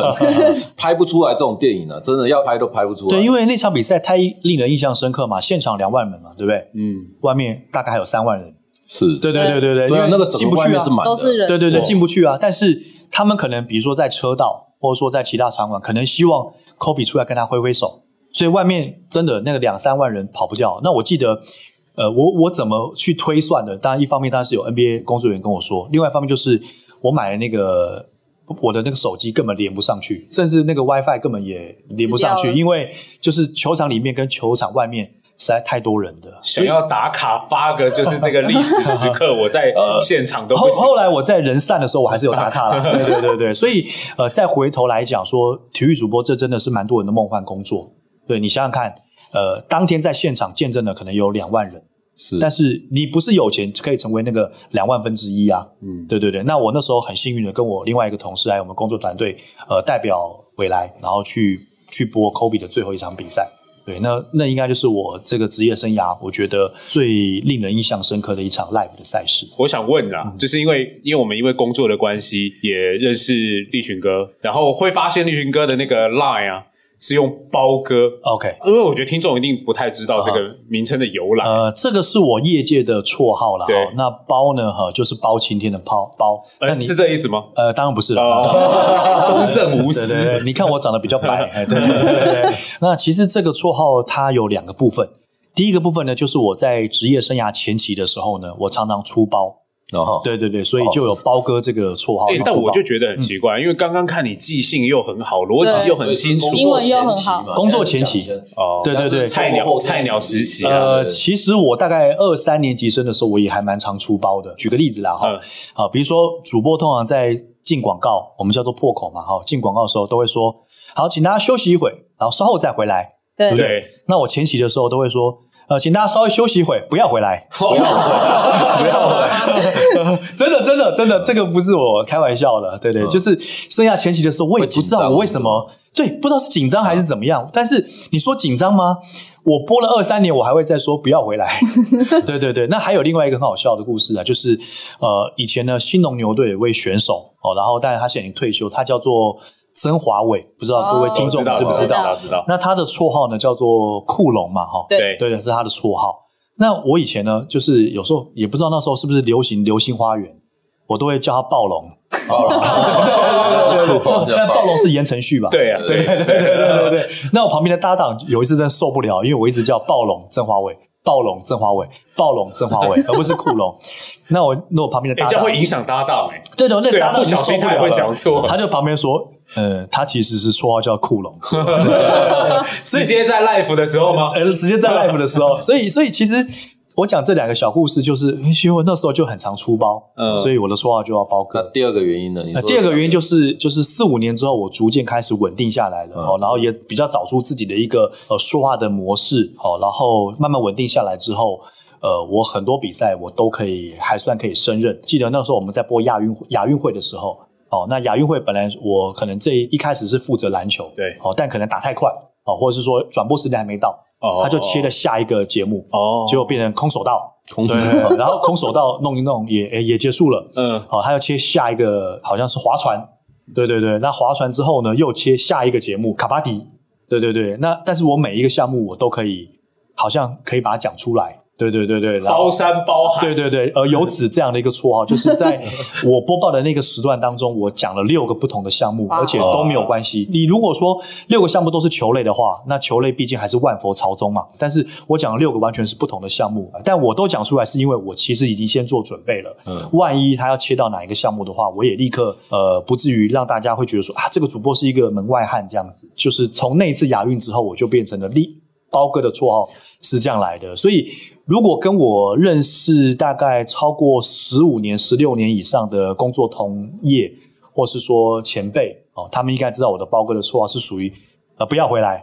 Speaker 1: 拍不出来这种电影了、真的要拍都拍不出来。
Speaker 4: 对，因
Speaker 1: 为
Speaker 4: 为那场比赛太令人印象深刻嘛，现场两万人嘛，对不对？嗯，外面大概还有三万人。
Speaker 1: 是
Speaker 4: 对对对对对，
Speaker 1: 对啊
Speaker 4: 因，
Speaker 1: 那
Speaker 4: 为
Speaker 1: 个整
Speaker 4: 进
Speaker 1: 个
Speaker 4: 不
Speaker 1: 外
Speaker 4: 去
Speaker 1: 面
Speaker 4: 啊
Speaker 1: 是，满的，
Speaker 3: 都是人
Speaker 4: 对对对，
Speaker 1: 哦
Speaker 4: 进不去啊。但是他们可能比如说在车道，或者说在其他场馆，可能希望科比出来跟他挥挥手，所以外面真的那个两三万人跑不掉。那我记得。呃，我我怎么去推算的？当然，一方面当然是有 NBA 工作人员跟我说，另外一方面就是我买的那个我的那个手机根本连不上去，甚至那个 WiFi 根本也连不上
Speaker 3: 掉
Speaker 4: 去，
Speaker 3: 了
Speaker 4: 因为就是球场里面跟球场外面实在太多人的，
Speaker 2: 想要打卡发个就是这个历史时 刻，我在
Speaker 4: 呃
Speaker 2: 现场都
Speaker 4: 后
Speaker 2: 不行。
Speaker 4: 后来我在人散的时候，我还是有打卡了。 对对对对，所以呃，再回头来讲说，体育主播这真的是蛮多人的梦幻工作。对你想想看，呃，当天在现场见证的可能有两万人，
Speaker 1: 是
Speaker 4: 但是你不是有钱可以成为那个两万分之一啊。嗯，对对对。那我那时候很幸运的跟我另外一个同事还有我们工作团队，呃，代表回来，然后去去播 Kobe 的最后一场比赛。对，那那应该就是我这个职业生涯，我觉得最令人印象深刻的一场 live 的赛事。
Speaker 2: 我想问
Speaker 4: 嗯
Speaker 2: 啦，就是因为因为我们因为工作的关系，也认识立群哥，然后会发现立群哥的那个 Line 啊是用包哥，呃
Speaker 4: OK，
Speaker 2: 因为我觉得听众一定不太知道这
Speaker 4: 哦
Speaker 2: 个名称的由来。
Speaker 4: 呃，这个是我业界的绰号啦。
Speaker 2: 对
Speaker 4: 哦那包呢？哈，就是包青天的包包。那
Speaker 2: 呃，
Speaker 4: 你
Speaker 2: 是这意思吗？
Speaker 4: 呃，当然不是了。
Speaker 2: 哦， 公正无
Speaker 4: 对
Speaker 2: 私，
Speaker 4: 对对，你看我长得比 较白，哎对对对对。那其实这个绰号它有两个部分，第一个部分呢，就是我在职业生涯前期的时候呢，我常常出包，
Speaker 1: 然后
Speaker 4: 对对对，所以就有包哥这个绰号。
Speaker 2: 哦哎
Speaker 4: 因为
Speaker 2: 但
Speaker 4: 出
Speaker 2: 我
Speaker 4: 包
Speaker 2: 就觉得很奇怪，因为刚刚看你记性又很好，逻辑
Speaker 3: 对
Speaker 2: 又很清楚，
Speaker 3: 英文又很好
Speaker 1: 嘛
Speaker 4: 工作前期
Speaker 2: 哦
Speaker 4: 对对对
Speaker 2: 菜鸟菜鸟时期啊
Speaker 4: 呃，其实我大概二三年级生的时候，我也还蛮常出包的。举个例子啦，哈、
Speaker 2: 嗯
Speaker 4: 好，比如说主播通常在进广告，我们叫做破口嘛，哈，进广告的时候都会说，好，请大家休息一会，然后稍后再回来。
Speaker 3: 对
Speaker 2: 对。
Speaker 4: 那我前期的时候都会说，呃，请大家稍微休息一会，不要回来。
Speaker 1: 哦
Speaker 2: 不要 不要，
Speaker 4: 真的，真的，真的，这个不是我开玩笑的，对对，就是生涯前期的时候，我也
Speaker 1: 会
Speaker 4: 不
Speaker 1: 紧
Speaker 4: 知道
Speaker 1: 张
Speaker 4: 我为什么对，不知道是紧张还是怎么样。但是你说紧张吗？我播了二三年，我还会再说不要回来。对对对，那还有另外一个很好笑的故事啊，就是呃，以前呢，新农牛队有一位选手哦，然后但是他现在已经退休，他叫做曾华伟，不知道各位
Speaker 3: 哦
Speaker 4: 听众
Speaker 2: 知道
Speaker 4: 知不
Speaker 2: 知
Speaker 4: 知道？
Speaker 2: 道知道，
Speaker 4: 那他的绰号呢叫做库龙嘛，哈、
Speaker 3: 对
Speaker 2: 对
Speaker 4: 对对，是他的绰号。那我以前呢，就是有时候也不知道那时候是不是流行《流星花园》，我都会叫他暴龙。
Speaker 1: 好 了，酷
Speaker 4: 但暴龙是言承旭吧？
Speaker 2: 对啊，对对对
Speaker 4: 对对对对。 那我旁边的搭档有一次真的受不了，因为我一直叫暴龙郑华伟，暴龙郑华伟，暴龙郑华伟，而不是库龙。那我那我旁边的
Speaker 2: 哎
Speaker 4: 搭
Speaker 2: 这样
Speaker 4: 档，
Speaker 2: 会影响搭档哎，
Speaker 4: 对的，那
Speaker 2: 对啊
Speaker 4: 搭档已经
Speaker 2: 不小
Speaker 4: 受
Speaker 2: 心
Speaker 4: 不
Speaker 2: 他也
Speaker 4: 了
Speaker 2: 会
Speaker 4: 了
Speaker 2: 讲错
Speaker 4: 他就旁边说。呃，他其实是绰号叫库龙，
Speaker 2: 直接在 live 的时候吗？
Speaker 4: 呃，直接在 live 的时候，所以所以其实我讲这两个小故事，就是因为我那时候就很常出包，
Speaker 2: 嗯
Speaker 4: 所以我的绰号就要包
Speaker 1: 那
Speaker 4: 哥。
Speaker 1: 第二个原因呢？你
Speaker 4: 那
Speaker 1: 说
Speaker 4: 第二个原因就是，就是四五年之后，我逐渐开始稳定下来
Speaker 2: 嗯
Speaker 4: 了、哦，然后也比较找出自己的一个呃说话的模式哦，然后慢慢稳定下来之后。呃，我很多比赛我都可以，还算可以胜任。记得那时候我们在播亚运会亚运会的时候，哦，那亚运会本来我可能这一一开始是负责篮球，
Speaker 2: 对
Speaker 4: 哦，但可能打太快，哦，或者是说转播时间还没到，
Speaker 2: 哦
Speaker 4: 他就切了下一个节目，
Speaker 2: 哦
Speaker 4: 结果变成空手道，
Speaker 1: 空
Speaker 4: 对，呃然后空手道弄一弄也诶也结束了，
Speaker 2: 嗯
Speaker 4: 好、他又切下一个好像是划船，对对对，那划船之后呢，又切下一个节目卡巴迪，对对对，那但是我每一个项目我都可以，好像可以把它讲出来，对对对对，然后
Speaker 2: 包山包海，
Speaker 4: 对对对，呃，有此这样的一个绰号，就是在我播报的那个时段当中，我讲了六个不同的项目，
Speaker 3: 哇
Speaker 4: 而且都没有关系。你如果说六个项目都是球类的话，那球类毕竟还是万佛朝宗嘛。但是我讲了六个完全是不同的项目，但我都讲出来，是因为我其实已经先做准备了。万一他要切到哪一个项目的话，我也立刻呃，不至于让大家会觉得说啊，这个主播是一个门外汉这样子。就是从那一次亚运之后，我就变成了立包哥的绰号是这样来的。所以，如果跟我认识大概超过十五年、十六年以上的工作同业，或是说前辈哦，他们应该知道我的包哥的绰号是属于呃不要回来，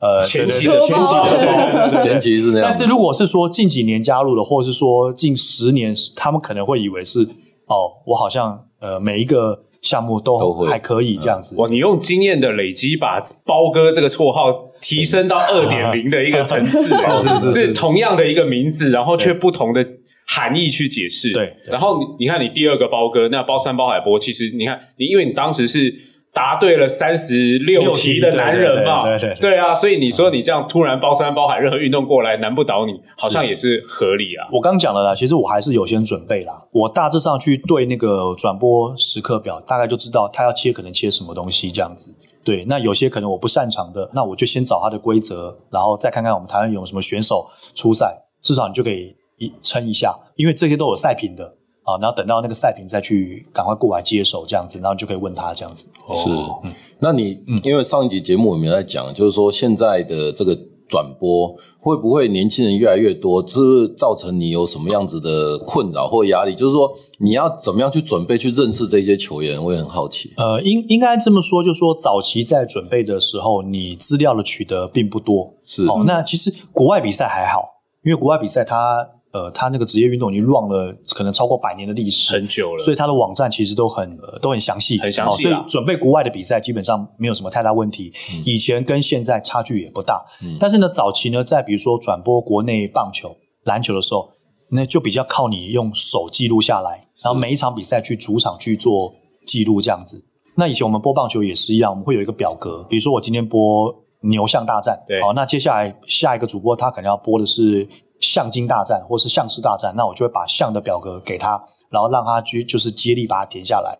Speaker 4: 呃
Speaker 2: 前期
Speaker 4: 对
Speaker 2: 的
Speaker 4: 对对
Speaker 2: 前期的
Speaker 4: 对对对对对
Speaker 1: 前期是那样
Speaker 4: 但
Speaker 1: 子，
Speaker 4: 是如果是说近几年加入的，或者是说近十年，他们可能会以为是哦，我好像呃每一个项目
Speaker 1: 都
Speaker 4: 都
Speaker 1: 会
Speaker 4: 还可
Speaker 2: 嗯
Speaker 4: 以这样子。
Speaker 2: 哇，你用经验的累积，把包哥这个绰号提升到二点零的一个层次，是
Speaker 4: 是是是
Speaker 2: 同样的一个名字，然后却不同的含义去解释。
Speaker 4: 对对
Speaker 2: 然后你你看，你第二个包哥，那包山包海波，其实你看，你因为你当时是。答对了三十六题的男人嘛，
Speaker 4: 对对对对对
Speaker 2: 啊，所以你说你这样突然包山包海，任何运动过来难不倒你，好像也是合理啊。
Speaker 4: 我刚讲了啦，其实我还是有些准备啦。我大致上去对那个转播时刻表，大概就知道他要切可能切什么东西这样子。对，那有些可能我不擅长的，那我就先找他的规则，然后再看看我们台湾有什么选手出赛，至少你就可以一撑一下，因为这些都有赛评的啊。然后等到那个赛评再去赶快过来接手这样子，然后你就可以问他这样子。
Speaker 1: 是，
Speaker 2: 哦嗯
Speaker 1: 那你因为上一集节目我们有在讲，就是说现在的这个转播会不会年轻人越来越多，是不是造成你有什么样子的困扰或压力？就是说你要怎么样去准备去认识这些球员，我也很好奇。
Speaker 4: 呃，应应该这么说，就说早期在准备的时候，你资料的取得并不多。
Speaker 1: 是
Speaker 4: 哦，那其实国外比赛还好，因为国外比赛它呃，它那个职业运动已经 run 了可能超过百年的历史，
Speaker 2: 很久了
Speaker 4: 所以它的网站其实都很、呃都很详细，
Speaker 2: 很详细
Speaker 4: 哦
Speaker 2: 啦嗯
Speaker 4: 所以准备国外的比赛基本上没有什么太大问题，以前跟现在差距也不大。但是呢，早期呢，在比如说转播国内棒球、篮球的时候，那就比较靠你用手记录下来，然后每一场比赛去主场去做记录这样子。那以前我们播棒球也是一样，我们会有一个表格，比如说我今天播牛象大战，
Speaker 2: 对
Speaker 4: 好，那接下来下一个主播他可能要播的是象精大战或是象狮大战，那我就会把象的表格给他，然后让他去就是接力把它填下来，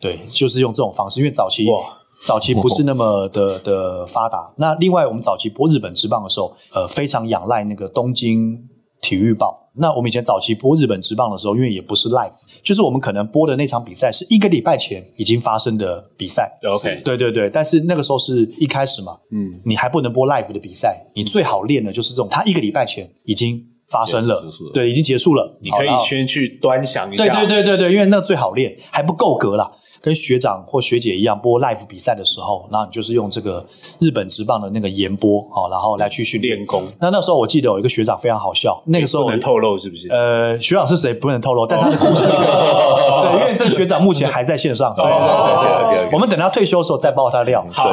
Speaker 4: 对，就是用这种方式，因为早期
Speaker 2: 哇
Speaker 4: 早期不是那么的的发达。那另外，我们早期播日本职棒的时候，呃，非常仰赖那个东京体育报。那我们以前早期播日本职棒的时候，因为也不是 live，就是我们可能播的那场比赛是一个礼拜前已经发生的比赛。
Speaker 2: OK
Speaker 4: 对对对，但是那个时候是一开始嘛，嗯，你还不能播 live 的比赛，你最好练的就是这种，他一个礼拜前已经发生了
Speaker 1: 结束了，
Speaker 4: 对，已经结束了，
Speaker 2: 你可
Speaker 4: 好
Speaker 2: 以
Speaker 4: 然后
Speaker 2: 先去端详一下，
Speaker 4: 对对对对对，因为那最好练，还不够格啦。跟学长或学姐一样播 live 比赛的时候，然后你就是用这个日本职棒的那个延播哦，然后来去训练
Speaker 2: 练功。
Speaker 4: 那那时候我记得有一个学长非常好笑，那个时候
Speaker 2: 不能透露是不是？
Speaker 4: 呃，学长是谁不能透露，但他的故事，
Speaker 2: 哦
Speaker 4: 对，因为这个学长目前还在线上，所以
Speaker 1: 哦
Speaker 4: 对对对我们等他退休的时候再爆他料。
Speaker 2: 好，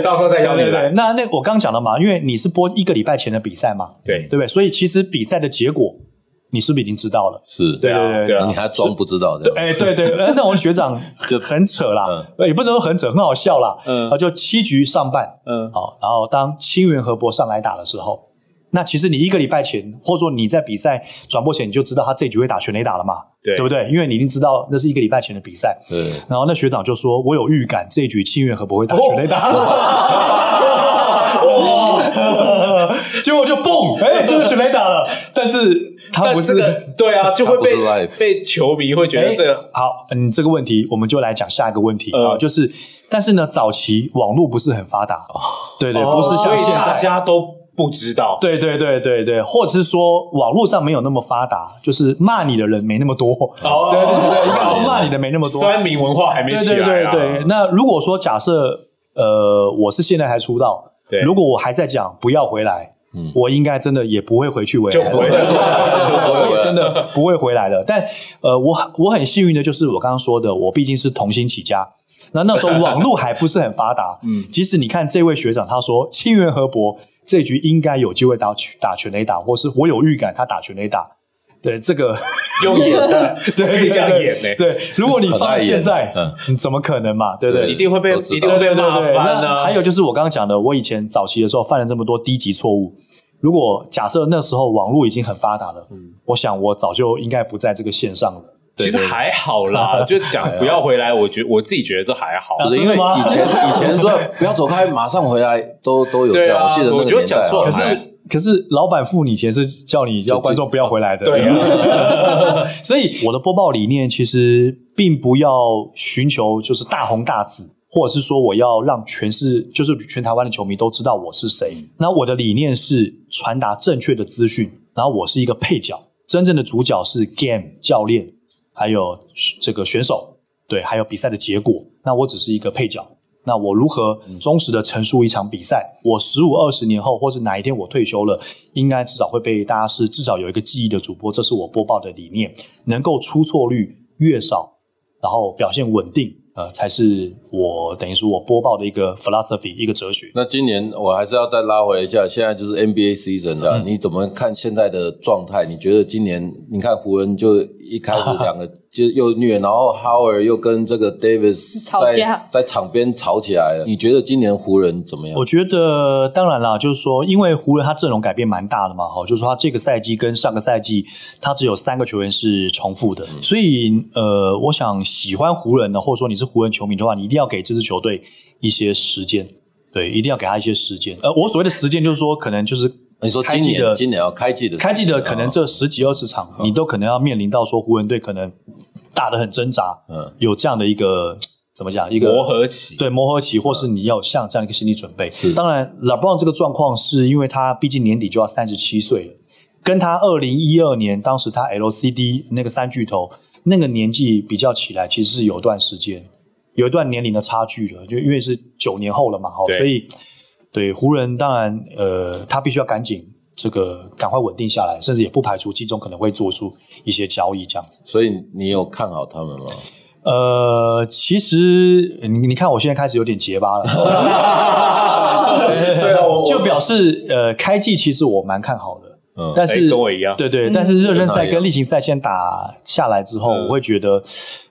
Speaker 2: 到时候再邀你
Speaker 4: 对对对
Speaker 2: 来。，
Speaker 4: 那那我刚讲了嘛，因为你是播一个礼拜前的比赛嘛，
Speaker 2: 对
Speaker 4: 对不对？所以其实比赛的结果你是不是已经知道了？
Speaker 1: 是，
Speaker 2: 对啊
Speaker 4: 对对
Speaker 2: 对
Speaker 1: 然
Speaker 2: 啊
Speaker 1: 后你，还装不知道这样，
Speaker 4: 哎，对对，呃那我们 学长就很扯啦，呃也不能说很扯，很好笑啦。
Speaker 2: 嗯
Speaker 4: 啊，就七局上半，
Speaker 2: 嗯
Speaker 4: 好，然后当清源河伯上来打的时候，那其实你一个礼拜前，或者说你在比赛转播前，你就知道他这局会打全垒打了嘛，
Speaker 2: 对
Speaker 4: 对不对？因为你已经知道那是一个礼拜前的比赛。
Speaker 2: 啊
Speaker 1: 对，
Speaker 4: 然后那学长就说：“我有预感这一局清源河伯
Speaker 2: 哦
Speaker 4: 会打全垒打。 结果就蹦，哎，真的全垒打了。但是他
Speaker 2: 但
Speaker 4: 不是
Speaker 2: 这个对啊，就会
Speaker 1: 他不是
Speaker 2: 被
Speaker 1: live
Speaker 2: 被球迷会觉
Speaker 4: 哎，
Speaker 2: 得这个
Speaker 4: 好，嗯，这个问题我们就来讲下一个问题啊、
Speaker 2: 呃
Speaker 4: 就是，但是呢，早期网络不是很发
Speaker 2: 哦
Speaker 4: 达，对对，哎不是
Speaker 2: 所
Speaker 4: 像
Speaker 2: 以
Speaker 4: 现
Speaker 2: 大
Speaker 4: 在，
Speaker 2: 家都不知道。
Speaker 4: 对对对对对，或者是说网络上没有那么发达，就是骂你的人没那么多，
Speaker 2: 哦
Speaker 4: 对对对，应该说骂你的没那么多，
Speaker 2: 酸民文化还没
Speaker 4: 对
Speaker 2: 起
Speaker 4: 对
Speaker 2: 来
Speaker 4: 对
Speaker 2: 啊。
Speaker 4: 对。那如果说假设呃，我是现在还出道
Speaker 2: 对，嗯
Speaker 4: 如果我还在讲不要回来，我应该真的也不会回去回
Speaker 2: 就
Speaker 4: 来，
Speaker 2: 回来
Speaker 1: 了
Speaker 4: 我也真的不会回来了。但呃，我我很幸运的就是我刚刚说的，我毕竟是童星起家。那那时候网络还不是很 发达，嗯，即使你看这位学长，他说清源河伯这局应该有机会打打全垒打，或是我有预感他打全垒打，对 这个
Speaker 2: 用演的，
Speaker 4: 对
Speaker 2: 可以这样演欸
Speaker 4: 对
Speaker 2: 呢，
Speaker 4: 对，如果你
Speaker 1: 很
Speaker 4: 放
Speaker 1: 爱
Speaker 4: 在
Speaker 1: 演
Speaker 4: 现
Speaker 2: 欸
Speaker 4: 在
Speaker 1: 嗯，
Speaker 4: 你怎么可能嘛？对不
Speaker 1: 对
Speaker 4: 对
Speaker 2: 一？定会被
Speaker 1: 都知道
Speaker 2: 一定会被
Speaker 4: 对对
Speaker 2: 骂
Speaker 4: 对，
Speaker 2: 翻
Speaker 4: 那
Speaker 2: 啊。
Speaker 4: 还有就是我刚刚讲的，我以前早期的时候犯了这么多低级错误。如果假设那时候网络已经很发达了，
Speaker 2: 嗯
Speaker 4: 我想我早就应该不在这个线上了。
Speaker 2: 其实
Speaker 1: 对对
Speaker 2: 还好 啦，就讲不要回来，我觉我自己觉得这还好。
Speaker 4: 啊
Speaker 1: 不是
Speaker 4: 真
Speaker 1: 因
Speaker 4: 的
Speaker 1: 为
Speaker 4: 吗
Speaker 1: 以前以前不要不要走开，马上回来都都有这
Speaker 2: 对
Speaker 1: 样，
Speaker 2: 啊
Speaker 1: 我记得那个
Speaker 2: 我觉得
Speaker 1: 年代
Speaker 2: 讲错
Speaker 1: 啊
Speaker 2: 了
Speaker 4: 可是
Speaker 2: 哎
Speaker 4: 可是老板付你钱是叫你要观众不要回来的，
Speaker 2: 对啊，
Speaker 4: 所以我的播报理念其实并不要寻求就是大红大紫，或者是说我要让全市就是全台湾的球迷都知道我是谁。那我的理念是传达正确的资讯，然后我是一个配角，真正的主角是 game 教练，还有这个选手，对，还有比赛的结果。那我只是一个配角。那我如何忠实的陈述一场比赛？我十五二十年后，或是哪一天我退休了，应该至少会被大家是至少有一个记忆的主播，这是我播报的理念。能够出错率越少，然后表现稳定，呃，才是我等于说我播报的一个 philosophy，一个哲学。
Speaker 1: 那今年我还是要再拉回一下，现在就是 NBA season
Speaker 4: 嗯
Speaker 1: 啊，你怎么看现在的状态？你觉得今年你看湖人就一开始两 个就又虐，然后 Howard 又跟这个 Davis
Speaker 3: 吵
Speaker 1: 在
Speaker 3: 架
Speaker 1: 在场边吵起来了。你觉得今年湖人怎么样
Speaker 4: 我？觉得当然啦，就是说，因为湖人他阵容改变蛮大的嘛，哈，就是说他这个赛季跟上个赛季，他只有三个球员是重复的，
Speaker 1: 嗯
Speaker 4: 所以呃，我想喜欢湖人的，或者说你是湖人球迷的话，你一定要给这支球队一些时间，对，一定要给他一些时间。呃，我所谓的时间就是说，可能就是
Speaker 1: 哦你说
Speaker 4: 开
Speaker 1: 今
Speaker 4: 季的
Speaker 1: 年今年要开季的
Speaker 4: 开季的可能
Speaker 1: 哦
Speaker 4: 这十几二十场，你都可能要面临到说湖人队可能打得很挣扎，
Speaker 1: 嗯
Speaker 4: 有这样的一个怎么讲一个
Speaker 2: 磨合期，
Speaker 4: 对磨合期，或是你要有像这样一个心理准备。
Speaker 1: 是
Speaker 4: 当然，LeBron 这个状况是因为他毕竟年底就要三十七岁了，跟他二零一二年当时他 LCD 那个三巨头那个年纪比较起来，其实是有一段时间，有一段年龄的差距了，就因为是九年后了嘛，哈，
Speaker 2: 对
Speaker 4: 所以对湖人当然呃，他必须要赶紧。这个赶快稳定下来，甚至也不排除季中可能会做出一些交易这样子。
Speaker 1: 所以你有看好他们吗？
Speaker 4: 呃，其实你你看，我现在开始有点 结巴了，对
Speaker 1: 啊我
Speaker 4: 就表示呃，开季其实我蛮看好的，
Speaker 1: 嗯
Speaker 4: 但是
Speaker 2: 哎跟我一样
Speaker 4: 对对，但是热身赛
Speaker 1: 跟他一样
Speaker 4: 跟例行赛先打下来之后，
Speaker 2: 嗯
Speaker 4: 我会觉得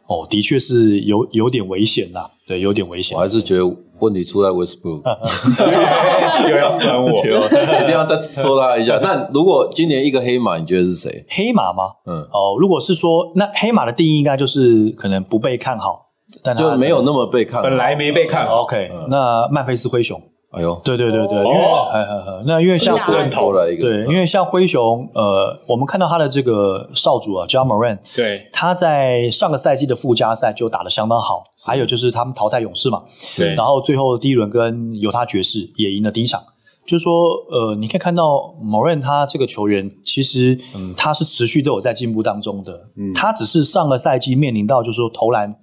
Speaker 4: 哦，的确是有有点危险呐，对，有点危险
Speaker 1: 我。还是觉得问题出在 Westbrook，
Speaker 2: 又要酸我。
Speaker 1: 一定要再说他一下。那如果今年一个黑马，你觉得是谁？
Speaker 4: 黑马吗？
Speaker 1: 嗯
Speaker 4: 哦，如果是说那黑马的定义，应该就是可能不被看好，但他
Speaker 1: 就没有那么被看好。嗯
Speaker 2: 本来没被看好，
Speaker 4: OK。那曼菲斯灰熊，
Speaker 1: 哎呦，
Speaker 4: 对对对对，因为
Speaker 2: 哦
Speaker 4: 呵呵呵那因为像
Speaker 3: 是啊
Speaker 1: 湖人投了一个，
Speaker 4: 对，因为像灰熊，呃，我们看到他的这个少主啊 j a m o r a n
Speaker 2: 对
Speaker 4: 他在上个赛季的附加赛就打得相当好，还有就是他们淘汰勇士嘛，
Speaker 2: 对
Speaker 4: 然后最后第一轮跟犹他爵士也赢了第一场。就是说，呃，你可以看到某人他这个球员，其实他是持续都有在进步当中的。他只是上个赛季面临到就是说投篮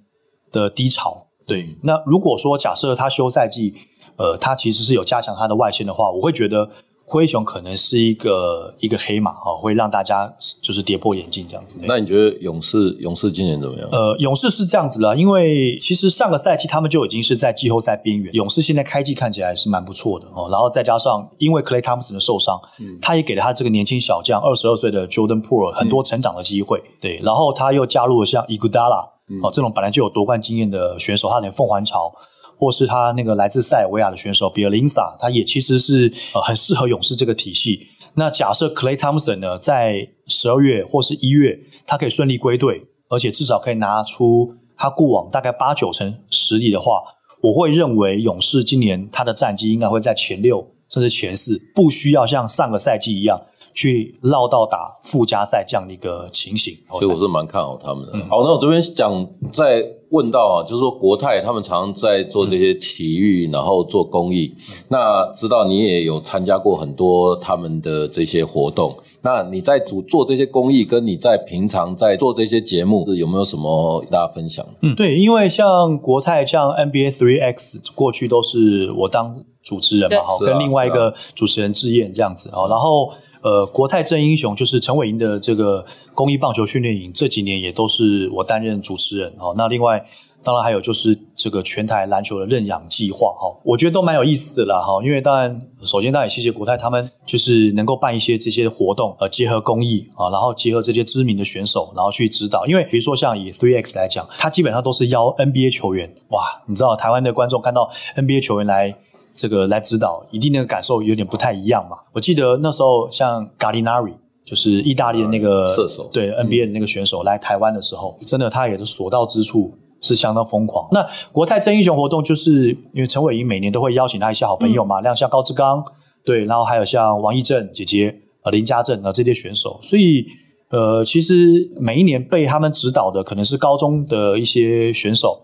Speaker 4: 的低潮。对，那如果说假设他休赛季，呃，他其实是有加强他的外线的话，我会觉得灰熊可能是一个一个黑马哈、哦，会让大家就是跌破眼镜这样子。
Speaker 1: 那你觉得勇士勇士今年怎么样？
Speaker 4: 呃，勇士是这样子啦，因为其实上个赛季他们就已经是在季后赛边缘。勇士现在开季看起来是蛮不错的哦，然后再加上因为 Clay Thompson 的受伤，他也给了他这个年轻小将二十二岁的 Jordan Poole 很多成长的机会。对，然后他又加入了像 Iguodala。哦，这种本来就有夺冠经验的选手，他连凤凰潮，或是他那个来自塞尔维亚的选手比尔林萨，他也其实是呃很适合勇士这个体系。那假设 Clay Thompson 呢，在十二月或是一月，他可以顺利归队，而且至少可以拿出他过往大概八九成实力的话，我会认为勇士今年他的战绩应该会在前六甚至前四，不需要像上个赛季一样。去绕到打附加赛这样的一个情形，
Speaker 1: 所以我是蛮看好他们的。嗯、好，那我这边讲再问到啊，就是说国泰他们常常在做这些体育，嗯、然后做公益。那知道你也有参加过很多他们的这些活动，那你在主做这些公益，跟你在平常在做这些节目，有没有什么大家分享？
Speaker 4: 嗯，对，因为像国泰，像 NBA Three X 过去都是我当主持人嘛，哈，跟另外一个主持人志燕这样子哦，然后。呃，国泰正英雄就是陈伟霆的这个公益棒球训练营，这几年也都是我担任主持人哦。那另外，当然还有就是这个全台篮球的认养计划哈、哦，我觉得都蛮有意思的啦哈、哦。因为当然，首先当然也谢谢国泰他们就是能够办一些这些活动，呃，结合公益啊、哦，然后结合这些知名的选手，然后去指导。因为比如说像以 Three X 来讲，他基本上都是邀 NBA 球员哇，你知道台湾的观众看到 NBA 球员来。这个来指导，一定那个感受有点不太一样嘛。我记得那时候像 Gallinari，就是意大利的那个
Speaker 1: 嗯射手，
Speaker 4: 对 NBA 的那个选手来台湾的时候，真的他也是所到之处是相当疯狂。那国泰真英雄活动，就是因为陈伟霆每年都会邀请他一些好朋友嘛，亮相高志刚，对，然后还有像王义正姐姐、呃林家正啊这些选手，所以。呃，其实每一年被他们指导的可能是高中的一些选手，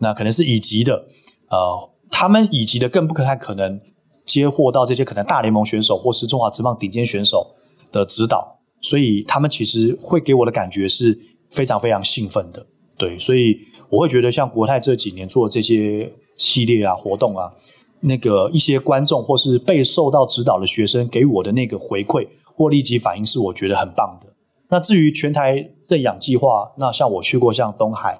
Speaker 4: 那可能是乙级的，呃。他们以及的更不可太可能接获到这些可能大联盟选手或是中华职棒顶尖选手的指导，所以他们其实会给我的感觉是非常非常兴奋的。对，所以我会觉得像国泰这几年做这些系列啊活动啊，那个一些观众或是被受到指导的学生给我的那个回馈或立即反应是我觉得很棒的。那至于全台认养计划，那像我去过像东海，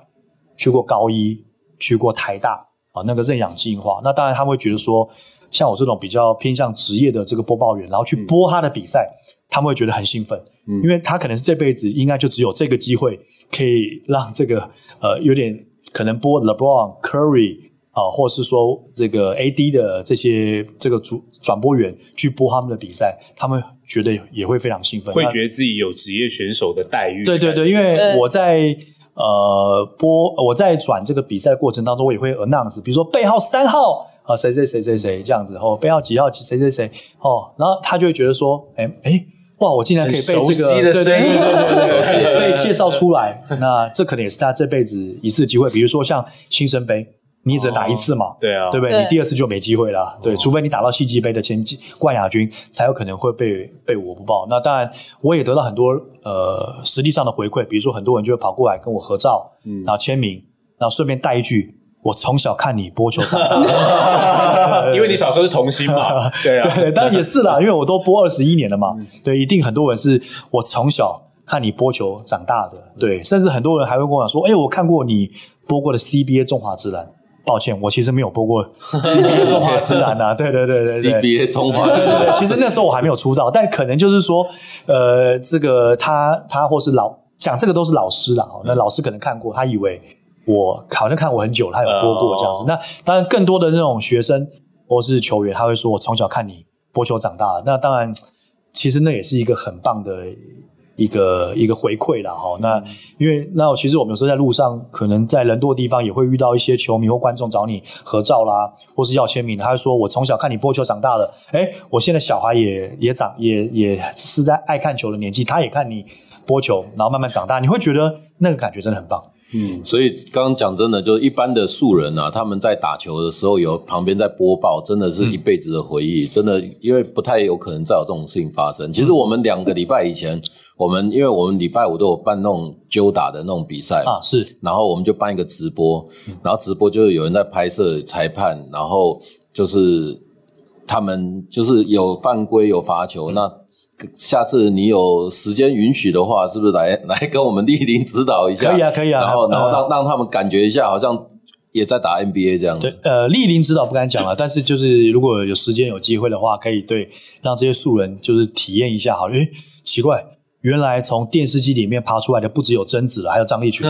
Speaker 4: 去过高一，去过台大。啊那个认养计划，那当然他会觉得说，像我这种比较偏向职业的这个播报员，然后去
Speaker 2: 嗯
Speaker 4: 播他的比赛，他们会觉得很兴奋，嗯、因为他可能是这辈子应该就只有这个机会，可以让这个呃有点可能播 LeBron Curry 啊、呃，或者是说这个 AD 的这些这个主转播员去播他们的比赛，他们觉得也会非常兴奋，
Speaker 2: 会觉得自己有职业选手的待遇的。
Speaker 4: 对对对，因为我在。呃，播我在转这个比赛的过程当中，我也会 announce，比如说背号三号啊，谁谁谁谁谁这样子，哦，背号几号谁谁谁哦，然后他就会觉得说，哎哎，哇，我竟然可以被这个对对对对对被介绍出来，那这可能也是他这辈子一次机会。比如说像新生杯，你只打一次嘛，
Speaker 2: 对啊，
Speaker 4: 对不对？你第二次就没机会了，对，除非你打到世界杯的前冠亚军，才有可能会被被我不报。那当然，我也得到很多。呃，实际上的回馈，比如说很多人就会跑过来跟我合照，嗯、然后签名，然后顺便带一句：“我从小看你播球长大。”
Speaker 2: 因为你小时候是童星 嘛， 对啊，
Speaker 4: 对，当然也是啦，因为我都播二十一年了嘛，嗯、对，一定很多人是我从小看你播球长大的，
Speaker 2: 嗯
Speaker 4: 对，甚至很多人还会跟我讲说：“哎、欸，我看过你播过的 CBA 中华之篮。”抱歉，我其实没有播过 CBA 中华之篮啊，对对对对
Speaker 1: 对，CBA 中华之篮。
Speaker 4: 其实那时候我还没有出道，但可能就是说，呃，这个他他或是老讲这个都是老师啦，哦那老师可能看过，他以为我好像看我很久，他有播过这样子。哦、那当然，更多的那种学生或是球员，他会说我从小看你播球长大。那当然，其实那也是一个很棒的。一个一个回馈了哈，那因为那其实我们有时候在路上，可能在人多的地方也会遇到一些球迷或观众找你合照啦，或是要签名。他说：“我从小看你播球长大的，哎，我现在小孩也也长也也是在爱看球的年纪，他也看你播球，然后慢慢长大，你会觉得那个感觉真的很棒。”
Speaker 1: 嗯，所以刚刚讲真的，就是一般的素人啊，他们在打球的时候有旁边在播报，真的是一辈子的回忆，真的因为不太有可能再有这种事情发生。其实我们两个礼拜以前，我们因为我们礼拜五都有办那种揪打的那种比赛嘛
Speaker 4: 啊，是
Speaker 1: 然后我们就办一个直播，
Speaker 4: 嗯
Speaker 1: 然后直播就是有人在拍摄裁判，然后就是他们就是有犯规有罚
Speaker 4: 嗯
Speaker 1: 球，那下次你有时间允许的话，是不是来来跟我们莅临指导一下？
Speaker 4: 可以啊可以啊
Speaker 1: 然后然后
Speaker 4: 呃
Speaker 1: 让、让他们感觉一下，好像也在打 NBA 这样。
Speaker 4: 对，呃，莅临指导不敢讲了，但是就是如果有时间有机会的话，可以对让这些素人就是体验一下好了。诶，奇怪，原来从电视机里面爬出来的不只有贞子了，还有 张立群。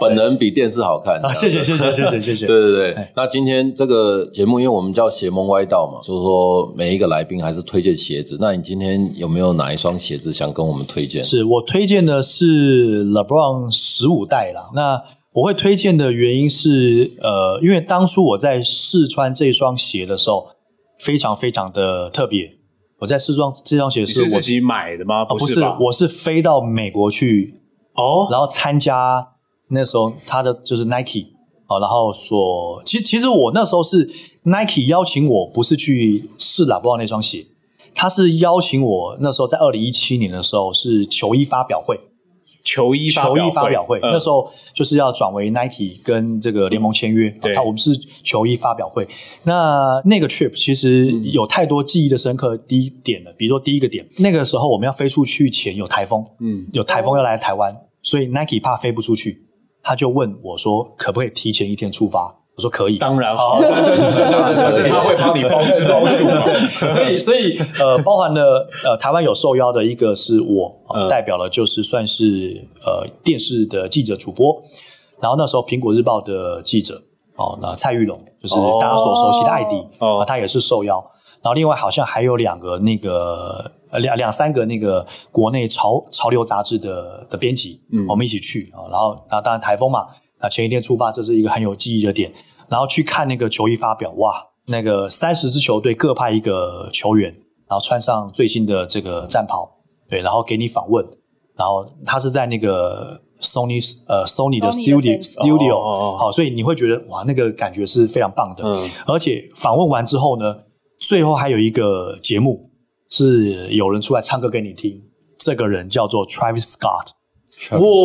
Speaker 1: 本人比电视好看。
Speaker 4: 啊，谢哎谢谢谢谢谢谢谢。
Speaker 1: 对对对，那今天这个节目，因为我们叫邪门歪道嘛，所以说每一个来宾还是推荐鞋子。那你今天有没有哪一双鞋子想跟我们推荐？
Speaker 4: 是我推荐的是 LeBron 十五代啦。那我会推荐的原因是，呃，因为当初我在试穿这双鞋的时候，非常非常的特别。我在试穿这双鞋
Speaker 2: 你
Speaker 4: 是
Speaker 2: 是
Speaker 4: 我
Speaker 2: 自己买的吗？
Speaker 4: 啊，不
Speaker 2: 是
Speaker 4: 是
Speaker 2: 吧？，
Speaker 4: 我是飞到美国去，
Speaker 2: 哦，
Speaker 4: 然后参加那时候他的就是 Nike 哦，然后所其实其实我那时候是 Nike 邀请我，不是去试 LeBron 那双鞋，他是邀请我那时候在二零一七年的时候是球衣发表会，
Speaker 2: 球衣发嗯
Speaker 4: 球衣发表会，那
Speaker 2: 候
Speaker 4: 时候就是要转为 Nike 跟这个联盟签约，
Speaker 2: 对
Speaker 4: 啊我们是球衣发表会。那那个 trip 其实有太多记忆的深刻第一点了，比如说第一个点，那个时候我们要飞出去前有台风，嗯，有台风要来台湾，所以 Nike 怕飞不出去，他就问我说可不可以提前一天出发。我说可以，
Speaker 2: 当然
Speaker 4: 哦
Speaker 2: 好，对对对对对，反正他会帮你包吃包住嘛。
Speaker 4: 所以，所以呃，包含了呃，台湾有受邀的一个是我、呃代表了，就是算是呃电视的记者主播，然后那时候苹果日报的记者哦，那蔡玉龙就是
Speaker 2: 哦
Speaker 4: 大家所熟悉的艾迪
Speaker 2: 哦
Speaker 4: 啊他也是受邀。然后另外好像还有两个那个呃两两三个那个国内潮潮流杂志的的编辑，嗯，我们一起去啊。然后那当然台风嘛，那前一天出发，这是一个很有记忆的点。然后去看那个球衣发表，哇，那个三十支球队各派一个球员，然后穿上最新的这个战袍，对，然后给你访问，然后他是在那个 Sony 呃 Sony 的
Speaker 3: Sony 的
Speaker 4: Studio
Speaker 3: centre
Speaker 4: Studio，、
Speaker 2: 哦哦哦嗯
Speaker 4: 好，所以你会觉得哇，那个感觉是非常棒的。而且访问完之后呢，最后还有一个节目是有人出来唱歌给你听，这个人叫做 Travis Scott。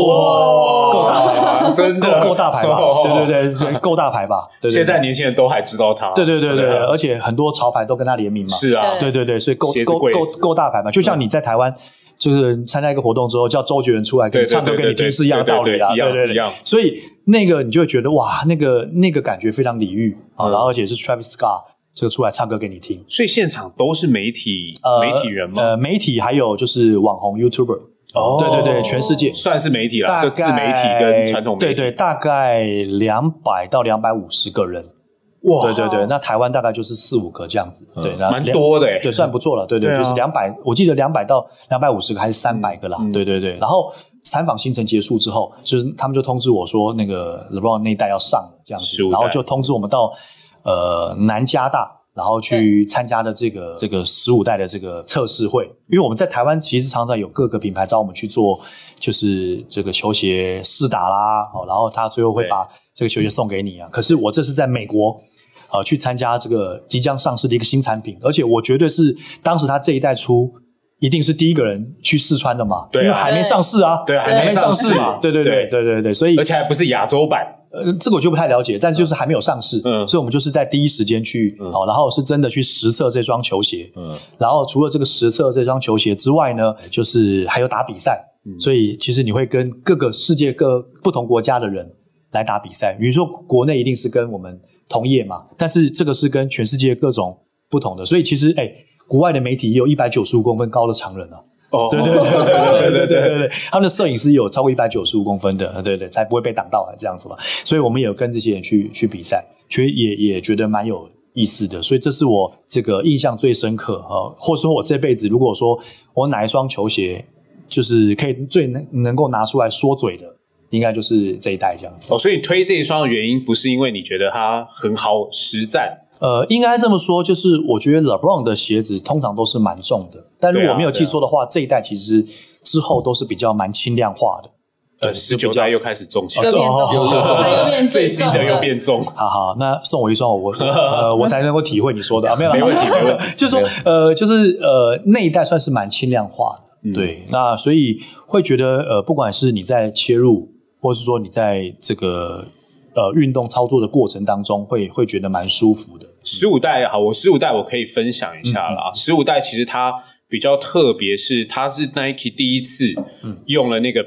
Speaker 2: 哇，真的哦
Speaker 4: 够够大 牌吧？对对对对，够大牌吧？对对对
Speaker 2: 现在年轻人都还知道他，
Speaker 4: 对对对对，
Speaker 2: 啊
Speaker 4: 而且很多潮牌都跟他联名嘛。
Speaker 2: 是啊，
Speaker 4: 对对对，所以够
Speaker 2: 鞋子
Speaker 4: 够够
Speaker 2: 贵嗯死
Speaker 4: 够大牌嘛，就像你在台湾。就是参加一个活动之后，叫周杰伦出来给
Speaker 2: 对
Speaker 4: 你
Speaker 2: 对
Speaker 4: 唱歌
Speaker 2: 对
Speaker 4: 给你
Speaker 2: 对
Speaker 4: 听
Speaker 2: 对
Speaker 4: 是一样的道理啦，
Speaker 2: 对对对
Speaker 4: 对对
Speaker 2: 一样一样
Speaker 4: 对。所以那个你就会觉得哇，那个那个感觉非常礼遇
Speaker 2: 嗯
Speaker 4: 啊，然后而且是 Travis Scott 这个出来唱歌给你听，
Speaker 2: 所以现场都是媒体
Speaker 4: 呃
Speaker 2: 媒体人吗？
Speaker 4: 呃，媒体还有就是网红 YouTuber，
Speaker 2: 哦
Speaker 4: 对对对，全世界
Speaker 2: 算是媒体啦，
Speaker 4: 大
Speaker 2: 啊就
Speaker 4: 概
Speaker 2: 自媒体跟传统媒体。
Speaker 4: 对对，大概两百到两百五十个人，
Speaker 2: 哇
Speaker 4: 对对对，那台湾大概就是四五个这样子，对，那
Speaker 2: 蛮
Speaker 4: 两
Speaker 2: 多的欸
Speaker 4: 对，算不错了，对对，
Speaker 2: 对啊
Speaker 4: 就是两百，我记得两百到两百五十个还是三百个啦，
Speaker 2: 嗯
Speaker 4: 对对对。然后采访行程结束之后，就是他们就通知我说，那个 LeBron 那一代要上了这样子
Speaker 2: 15，代
Speaker 4: 然后就通知我们到呃南加大。然后去参加的这个这个十五代的这个测试会，因为我们在台湾其实常常有各个品牌找我们去做，就是这个球鞋试打啦，哦，然后他最后会
Speaker 2: 对
Speaker 4: 把这个球鞋送给你啊。可是我这是在美国，呃，去参加这个即将上市的一个新产品，而且我绝对是当时他这一代出，一定是第一个人去试穿的嘛，
Speaker 2: 对啊
Speaker 4: 因为还没上市啊，
Speaker 2: 对啊还
Speaker 4: 还
Speaker 2: 没
Speaker 4: 没
Speaker 2: 上
Speaker 4: 上
Speaker 2: 市
Speaker 4: 市嘛，对对对
Speaker 2: 对
Speaker 4: 对对对，所以
Speaker 2: 而且还不是亚洲版，
Speaker 4: 呃，这个我就不太了解，但是就是还没有上市，
Speaker 2: 嗯
Speaker 4: 所以我们就是在第一时间去，好、然后是真的去实测这双球鞋，嗯，然后除了这个实测这双球鞋之外呢，
Speaker 2: 哎
Speaker 4: 就是还有打比赛，
Speaker 2: 嗯
Speaker 4: 所以其实你会跟各个世界各不同国家的人来打比赛，比如说国内一定是跟我们同业嘛，但是这个是跟全世界各种不同的，所以其实哎，国外的媒体也有一百九十五公分高的常人啊，
Speaker 2: 哦，
Speaker 4: 对对对对对对对对对， 他们的摄影师有超过一百九十五公分的，对对，才不会被挡到啊这样子嘛。所以我们也有跟这些人去去比赛，其实也也觉得蛮有意思的。所以这是我这个印象最深刻呃，或者说我这辈子如果说我哪一双球鞋就是可以最能能够拿出来说嘴的，应该就是这一代这样子。
Speaker 2: 哦，所以推这一双的原因不是因为你觉得它很好实战，
Speaker 4: 呃，应该这么说，就是我觉得 LeBron 的鞋子通常都是蛮重的，但如
Speaker 2: 对
Speaker 4: 果
Speaker 2: 啊
Speaker 4: 我没有记错的话，这一代其实之后都是比较蛮轻量化的。
Speaker 2: 呃，十九代又开始重起来
Speaker 3: 又，变重，
Speaker 1: 又变重
Speaker 3: 它又变
Speaker 2: 最
Speaker 3: 最
Speaker 2: 新
Speaker 3: 重
Speaker 2: 的又变重，
Speaker 4: 好好，那送我一 双，我呃，我才能够体会你说的啊，没有啦，
Speaker 2: 没问 题，没问题。
Speaker 4: 就是说，呃，就是呃，那一代算是蛮轻量化的，
Speaker 2: 嗯
Speaker 4: 对。那所以会觉得，呃，不管是你在切入，或是说你在这个呃运动操作的过程当中，会会觉得蛮舒服的。
Speaker 2: 十五代好，我十五代我可以分享一下
Speaker 4: 嗯
Speaker 2: 啦。十五代其实它比较特别，是它是 Nike 第一次
Speaker 4: 嗯
Speaker 2: 用了那个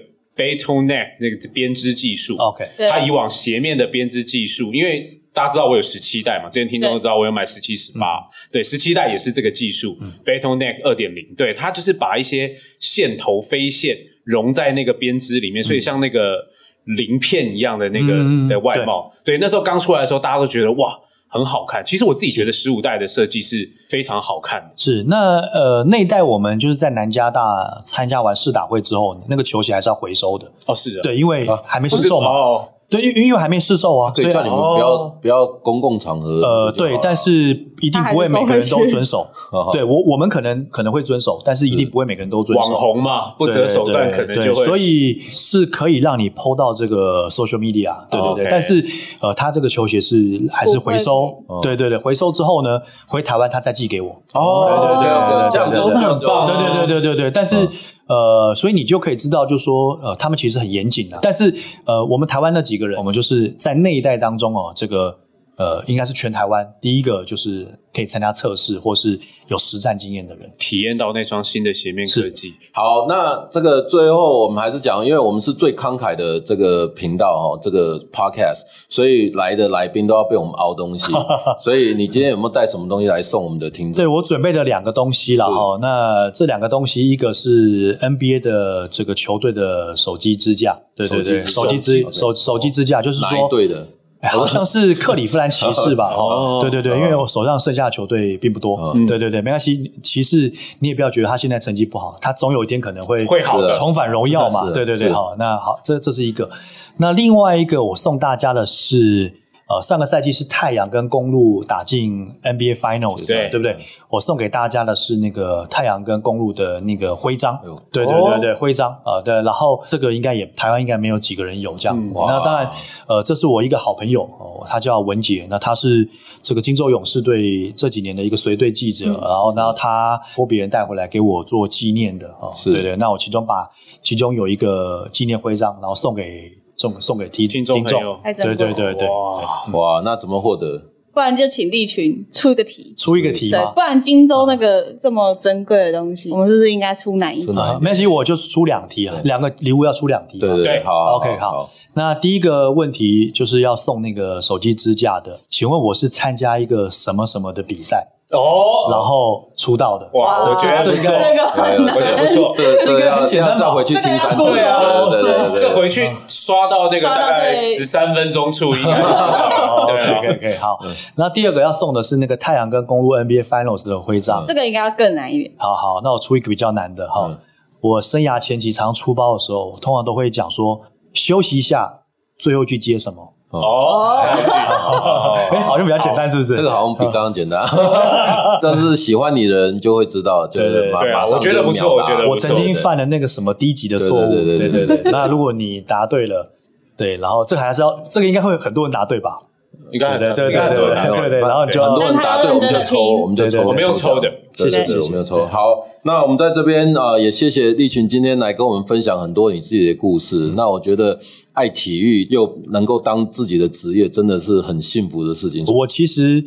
Speaker 2: Bottleneck 那个编织技术。
Speaker 4: OK，
Speaker 3: 对
Speaker 2: 它以往斜面的编织技术，因为大家知道我有十七代嘛，之前听众都知道我有买十七、十
Speaker 4: 嗯
Speaker 2: 八，对，十七代也是这个技术、b a t t l e Neck 二点零，对，它就是把一些线头飞线融在那个编织里面，所以像那个鳞片一样的那个
Speaker 4: 嗯嗯嗯嗯
Speaker 2: 的外貌，对，那时候刚出来的时候，大家都觉得哇。很好看，其实我自己觉得十五代的设计是非常好看的。
Speaker 4: 是那呃那一代我们就是在南加大参加完世打会之后，那个球鞋还是要回收的，
Speaker 2: 哦，是的，，
Speaker 4: 对，因为还没
Speaker 2: 不
Speaker 4: 试
Speaker 2: 是
Speaker 4: 售嘛，
Speaker 2: 哦，
Speaker 4: 对，因因为还没试售啊，
Speaker 1: 所以
Speaker 4: 所
Speaker 1: 叫
Speaker 4: 以
Speaker 1: 你们不要、
Speaker 2: 哦
Speaker 1: 不要公共场合
Speaker 4: 呃，
Speaker 2: 啊
Speaker 4: 对，但是一定不会每个人都 遵守
Speaker 2: 嗯
Speaker 1: 还是收回去。
Speaker 4: 对我，我们可能可能会遵守，但是一定不会每个人都遵守。
Speaker 2: 网红嘛，不择手段可能
Speaker 4: 对
Speaker 2: 就会。
Speaker 4: 所以是可以让你 PO 到这个 social media，对对对。
Speaker 2: OK
Speaker 4: 但是呃，他这个球鞋是还是回收，
Speaker 2: 嗯
Speaker 4: 对对对，回收之后呢，回台湾他再寄给我。
Speaker 1: 哦，对对对，这样
Speaker 4: 对
Speaker 1: 就很棒，啊嗯
Speaker 4: 对对对对对对，但是、呃，所以你就可以知道，就说呃，他们其实很严谨的、但是呃，我们台湾那几个人，我们就是在那一代当中哦，这个呃，应该是全台湾第一个就是可以参加测试或是有实战经验的人。
Speaker 2: 体验到那双新的鞋面科技，
Speaker 1: 好，那这个最后我们还是讲，因为我们是最慷慨的这个频道哈、哦，这个 podcast，所以来的来宾都要被我们凹东西。所以你今天有没有带什么东西来送我们的听众？
Speaker 4: 对我准备了两个东西了
Speaker 1: 是
Speaker 4: 哈，那这两个东西，一个是 NBA 的这个球队的手机支架，对对对，
Speaker 1: 手
Speaker 4: 手
Speaker 1: 机
Speaker 4: 机
Speaker 1: 支
Speaker 4: 支
Speaker 1: 架
Speaker 4: 手手机支架，就是
Speaker 1: 哪
Speaker 4: 说
Speaker 1: 一队的？
Speaker 4: 哎好像是克里夫兰骑 士吧？
Speaker 2: 哦
Speaker 4: 哦，对对对，因为我手上剩下的球队并不多，
Speaker 1: 嗯
Speaker 4: 对对对，没关系。骑士你也不要觉得他现在成绩不好，他总有一天可能会
Speaker 2: 会好的
Speaker 4: 重返荣耀
Speaker 1: 是
Speaker 4: 嘛。
Speaker 1: 的
Speaker 4: 对对
Speaker 1: 是
Speaker 4: 对，
Speaker 1: 的
Speaker 4: 好，那好，这这是一个。那另外一个我送大家的是，呃，上个赛季是太阳跟公路打进 NBA Finals，
Speaker 2: 对
Speaker 4: 对不
Speaker 1: 嗯
Speaker 4: 对？我送给大家的是那个太阳跟公路的那个徽章
Speaker 1: 哎呦，
Speaker 4: 对对对对，徽章啊，呃对。然后这个应该也台湾应该没有几个人有这样子。
Speaker 1: 嗯哇
Speaker 4: 那当然。呃，这是我一个好朋友哦，他叫文杰，那他是这个荆州勇士队这几年的一个随队记者，然后呢，他托别人带回来给我做纪念的哦，
Speaker 1: 是
Speaker 4: 对对，那我其中把其中有一个纪念徽章，然后送给送送给听
Speaker 2: 听众朋友
Speaker 3: 还真
Speaker 4: 对
Speaker 3: 不
Speaker 4: 对对对，
Speaker 2: 哇，
Speaker 1: 哇，那怎么获得？
Speaker 3: 不然就请利群出一个题，
Speaker 4: 出一个题
Speaker 3: 对，
Speaker 4: 吧
Speaker 3: 不。然荆州那个这么珍贵的东西，我们是不是应该出难一
Speaker 1: 出
Speaker 3: 点？
Speaker 1: 哪
Speaker 4: 啊
Speaker 1: 一，
Speaker 4: 没
Speaker 1: 队？
Speaker 4: 关系，我就出两题啊，两个礼物要出两题嘛。
Speaker 1: 对对
Speaker 2: 对
Speaker 1: 对，好好
Speaker 4: OK，
Speaker 1: 好
Speaker 4: 好，那第一个问题就是要送那个手机支架的，请问我是参加一个什么什么的比赛，
Speaker 2: 哦，
Speaker 4: 然后出道的？
Speaker 2: 哇，我觉得
Speaker 3: 这
Speaker 2: 不
Speaker 3: 个
Speaker 2: 错，
Speaker 3: 这个
Speaker 1: 有
Speaker 3: 很
Speaker 1: 有
Speaker 3: 难
Speaker 2: 我觉得不错
Speaker 1: 这个这
Speaker 4: 这
Speaker 1: 个
Speaker 4: 个
Speaker 1: 要
Speaker 4: 很简单
Speaker 1: 要再
Speaker 4: 吧
Speaker 1: 回去
Speaker 3: 这个
Speaker 1: 听
Speaker 3: 要
Speaker 1: 三
Speaker 3: 过
Speaker 1: 次，
Speaker 2: 对啊，
Speaker 3: 哦
Speaker 1: 对对对对
Speaker 2: 这回去刷到那个
Speaker 3: 刷到
Speaker 2: 大概
Speaker 3: 最
Speaker 2: 十三分钟处应该就知
Speaker 4: 哦
Speaker 2: 道，对啊
Speaker 4: OK，OK，、可以好。嗯那第二个要送的是那个太阳跟公路 NBA Finals 的徽章。
Speaker 3: 这个应该要更难一点。
Speaker 4: 好好，那我出一个比较难的哈。
Speaker 1: 嗯
Speaker 4: 我生涯前期常出包的时候，我通常都会讲说休息一下，最后去接什么。
Speaker 2: 哦，下一句哦
Speaker 4: 哎、好像比较简单，是不是？
Speaker 1: 这个好像比刚刚简单，但是喜欢你的人就会知道，就是马
Speaker 2: 对啊
Speaker 1: 马上
Speaker 2: 我觉得
Speaker 1: 就
Speaker 2: 不错
Speaker 1: 秒答
Speaker 2: 我觉得
Speaker 4: 我曾经犯了那个什么低级的错误。
Speaker 1: 对对对对
Speaker 4: 对对。 那如果你答对了。对，然后这个还是要，这个应该会有很多人答对吧？
Speaker 2: 应该
Speaker 4: 对对对
Speaker 2: 应该
Speaker 4: 对
Speaker 2: 很
Speaker 4: 对
Speaker 2: 难
Speaker 4: 对对对，然后你就
Speaker 1: 很
Speaker 4: 要
Speaker 1: 多人答对，我们就抽，我们就抽，
Speaker 4: 对对对
Speaker 2: 我没有抽的
Speaker 1: 对对
Speaker 4: 谢谢
Speaker 1: 对，
Speaker 4: 谢谢
Speaker 1: 我没有抽。好，那我们在这边啊，呃也谢谢立群今天来跟我们分享很多你自己的故事。那我觉得爱体育又能够当自己的职业，真的是很幸福的事情。
Speaker 4: 我其实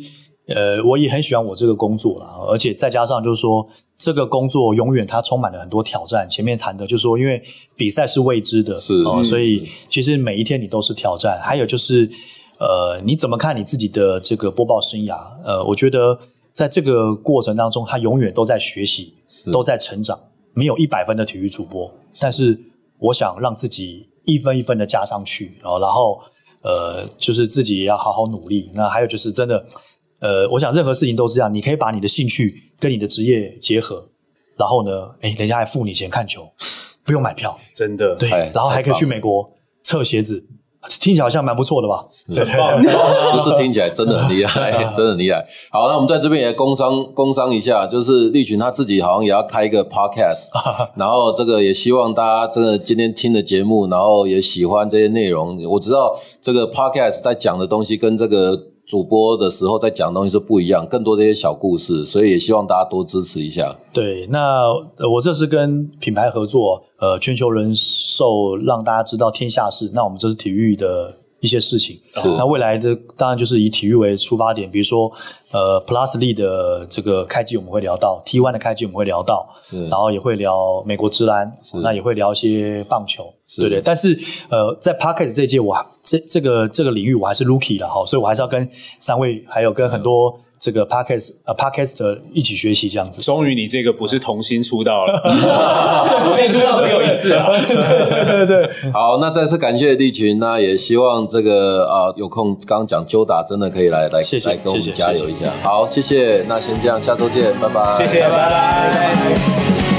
Speaker 4: 呃，我也很喜欢我这个工作啦，而且再加上就是说，这个工作永远它充满了很多挑战。前面谈的就是说，因为比赛是未知的，
Speaker 1: 是
Speaker 4: 哦
Speaker 1: 嗯
Speaker 4: 所以其实每一天你都是挑战。还有就是呃，你怎么看你自己的这个播报生涯？呃，我觉得在这个过程当中，他永远都在学习，都在成长。没有一百分的体育主播，但是我想让自己一分一分的加上去哦，然后呃，就是自己也要好好努力。那还有就是真的，呃，我想任何事情都是这样，你可以把你的兴趣跟你的职业结合，然后呢，哎，人家还付你钱看球，不用买票，
Speaker 2: 真的
Speaker 4: 对，
Speaker 1: 哎
Speaker 4: 然后还可以
Speaker 1: 太
Speaker 4: 去
Speaker 1: 棒了
Speaker 4: 美国测鞋子，听起来好像蛮不错的吧？对对
Speaker 2: 棒
Speaker 4: 对，
Speaker 1: 不是听起来真的很厉 害，真的很厉害。好，那我们在这边也工商工商一下，就是利群他自己好像也要开一个 podcast，然后这个也希望大家真的今天听的节目，然后也喜欢这些内容。我知道这个 podcast 在讲的东西跟这个。主播的时候在讲的东西是不一样，更多这些小故事，所以也希望大家多支持一下。
Speaker 4: 对，那呃我这是跟品牌合作，呃，全球人寿让大家知道天下事。那我们这是体育的一些事情。
Speaker 1: 是
Speaker 4: 那未来的当然就是以体育为出发点，比如说呃，Plus Lee 的这个开机我们会聊到，T One 的开机我们会聊到，然后也会聊美国之篮，那也会聊一些棒球，对对。但是呃，在 Pocket 这一届我还这这个这个领域我还是 Rookie 了哈，所以我还是要跟三位还有跟很多。这个 podcast 呃 podcast 一起学习这样子，
Speaker 2: 终于你这个不是童星出道了，童星出道只有一次啊。
Speaker 1: 好，那再次感谢利群，那也希望这个啊、有空刚刚讲纠打真的可以来来
Speaker 4: 谢谢
Speaker 1: 来跟我们
Speaker 4: 谢谢
Speaker 1: 加油一下。好，谢谢，那先这样，下周见，拜拜，
Speaker 2: 谢谢，拜拜。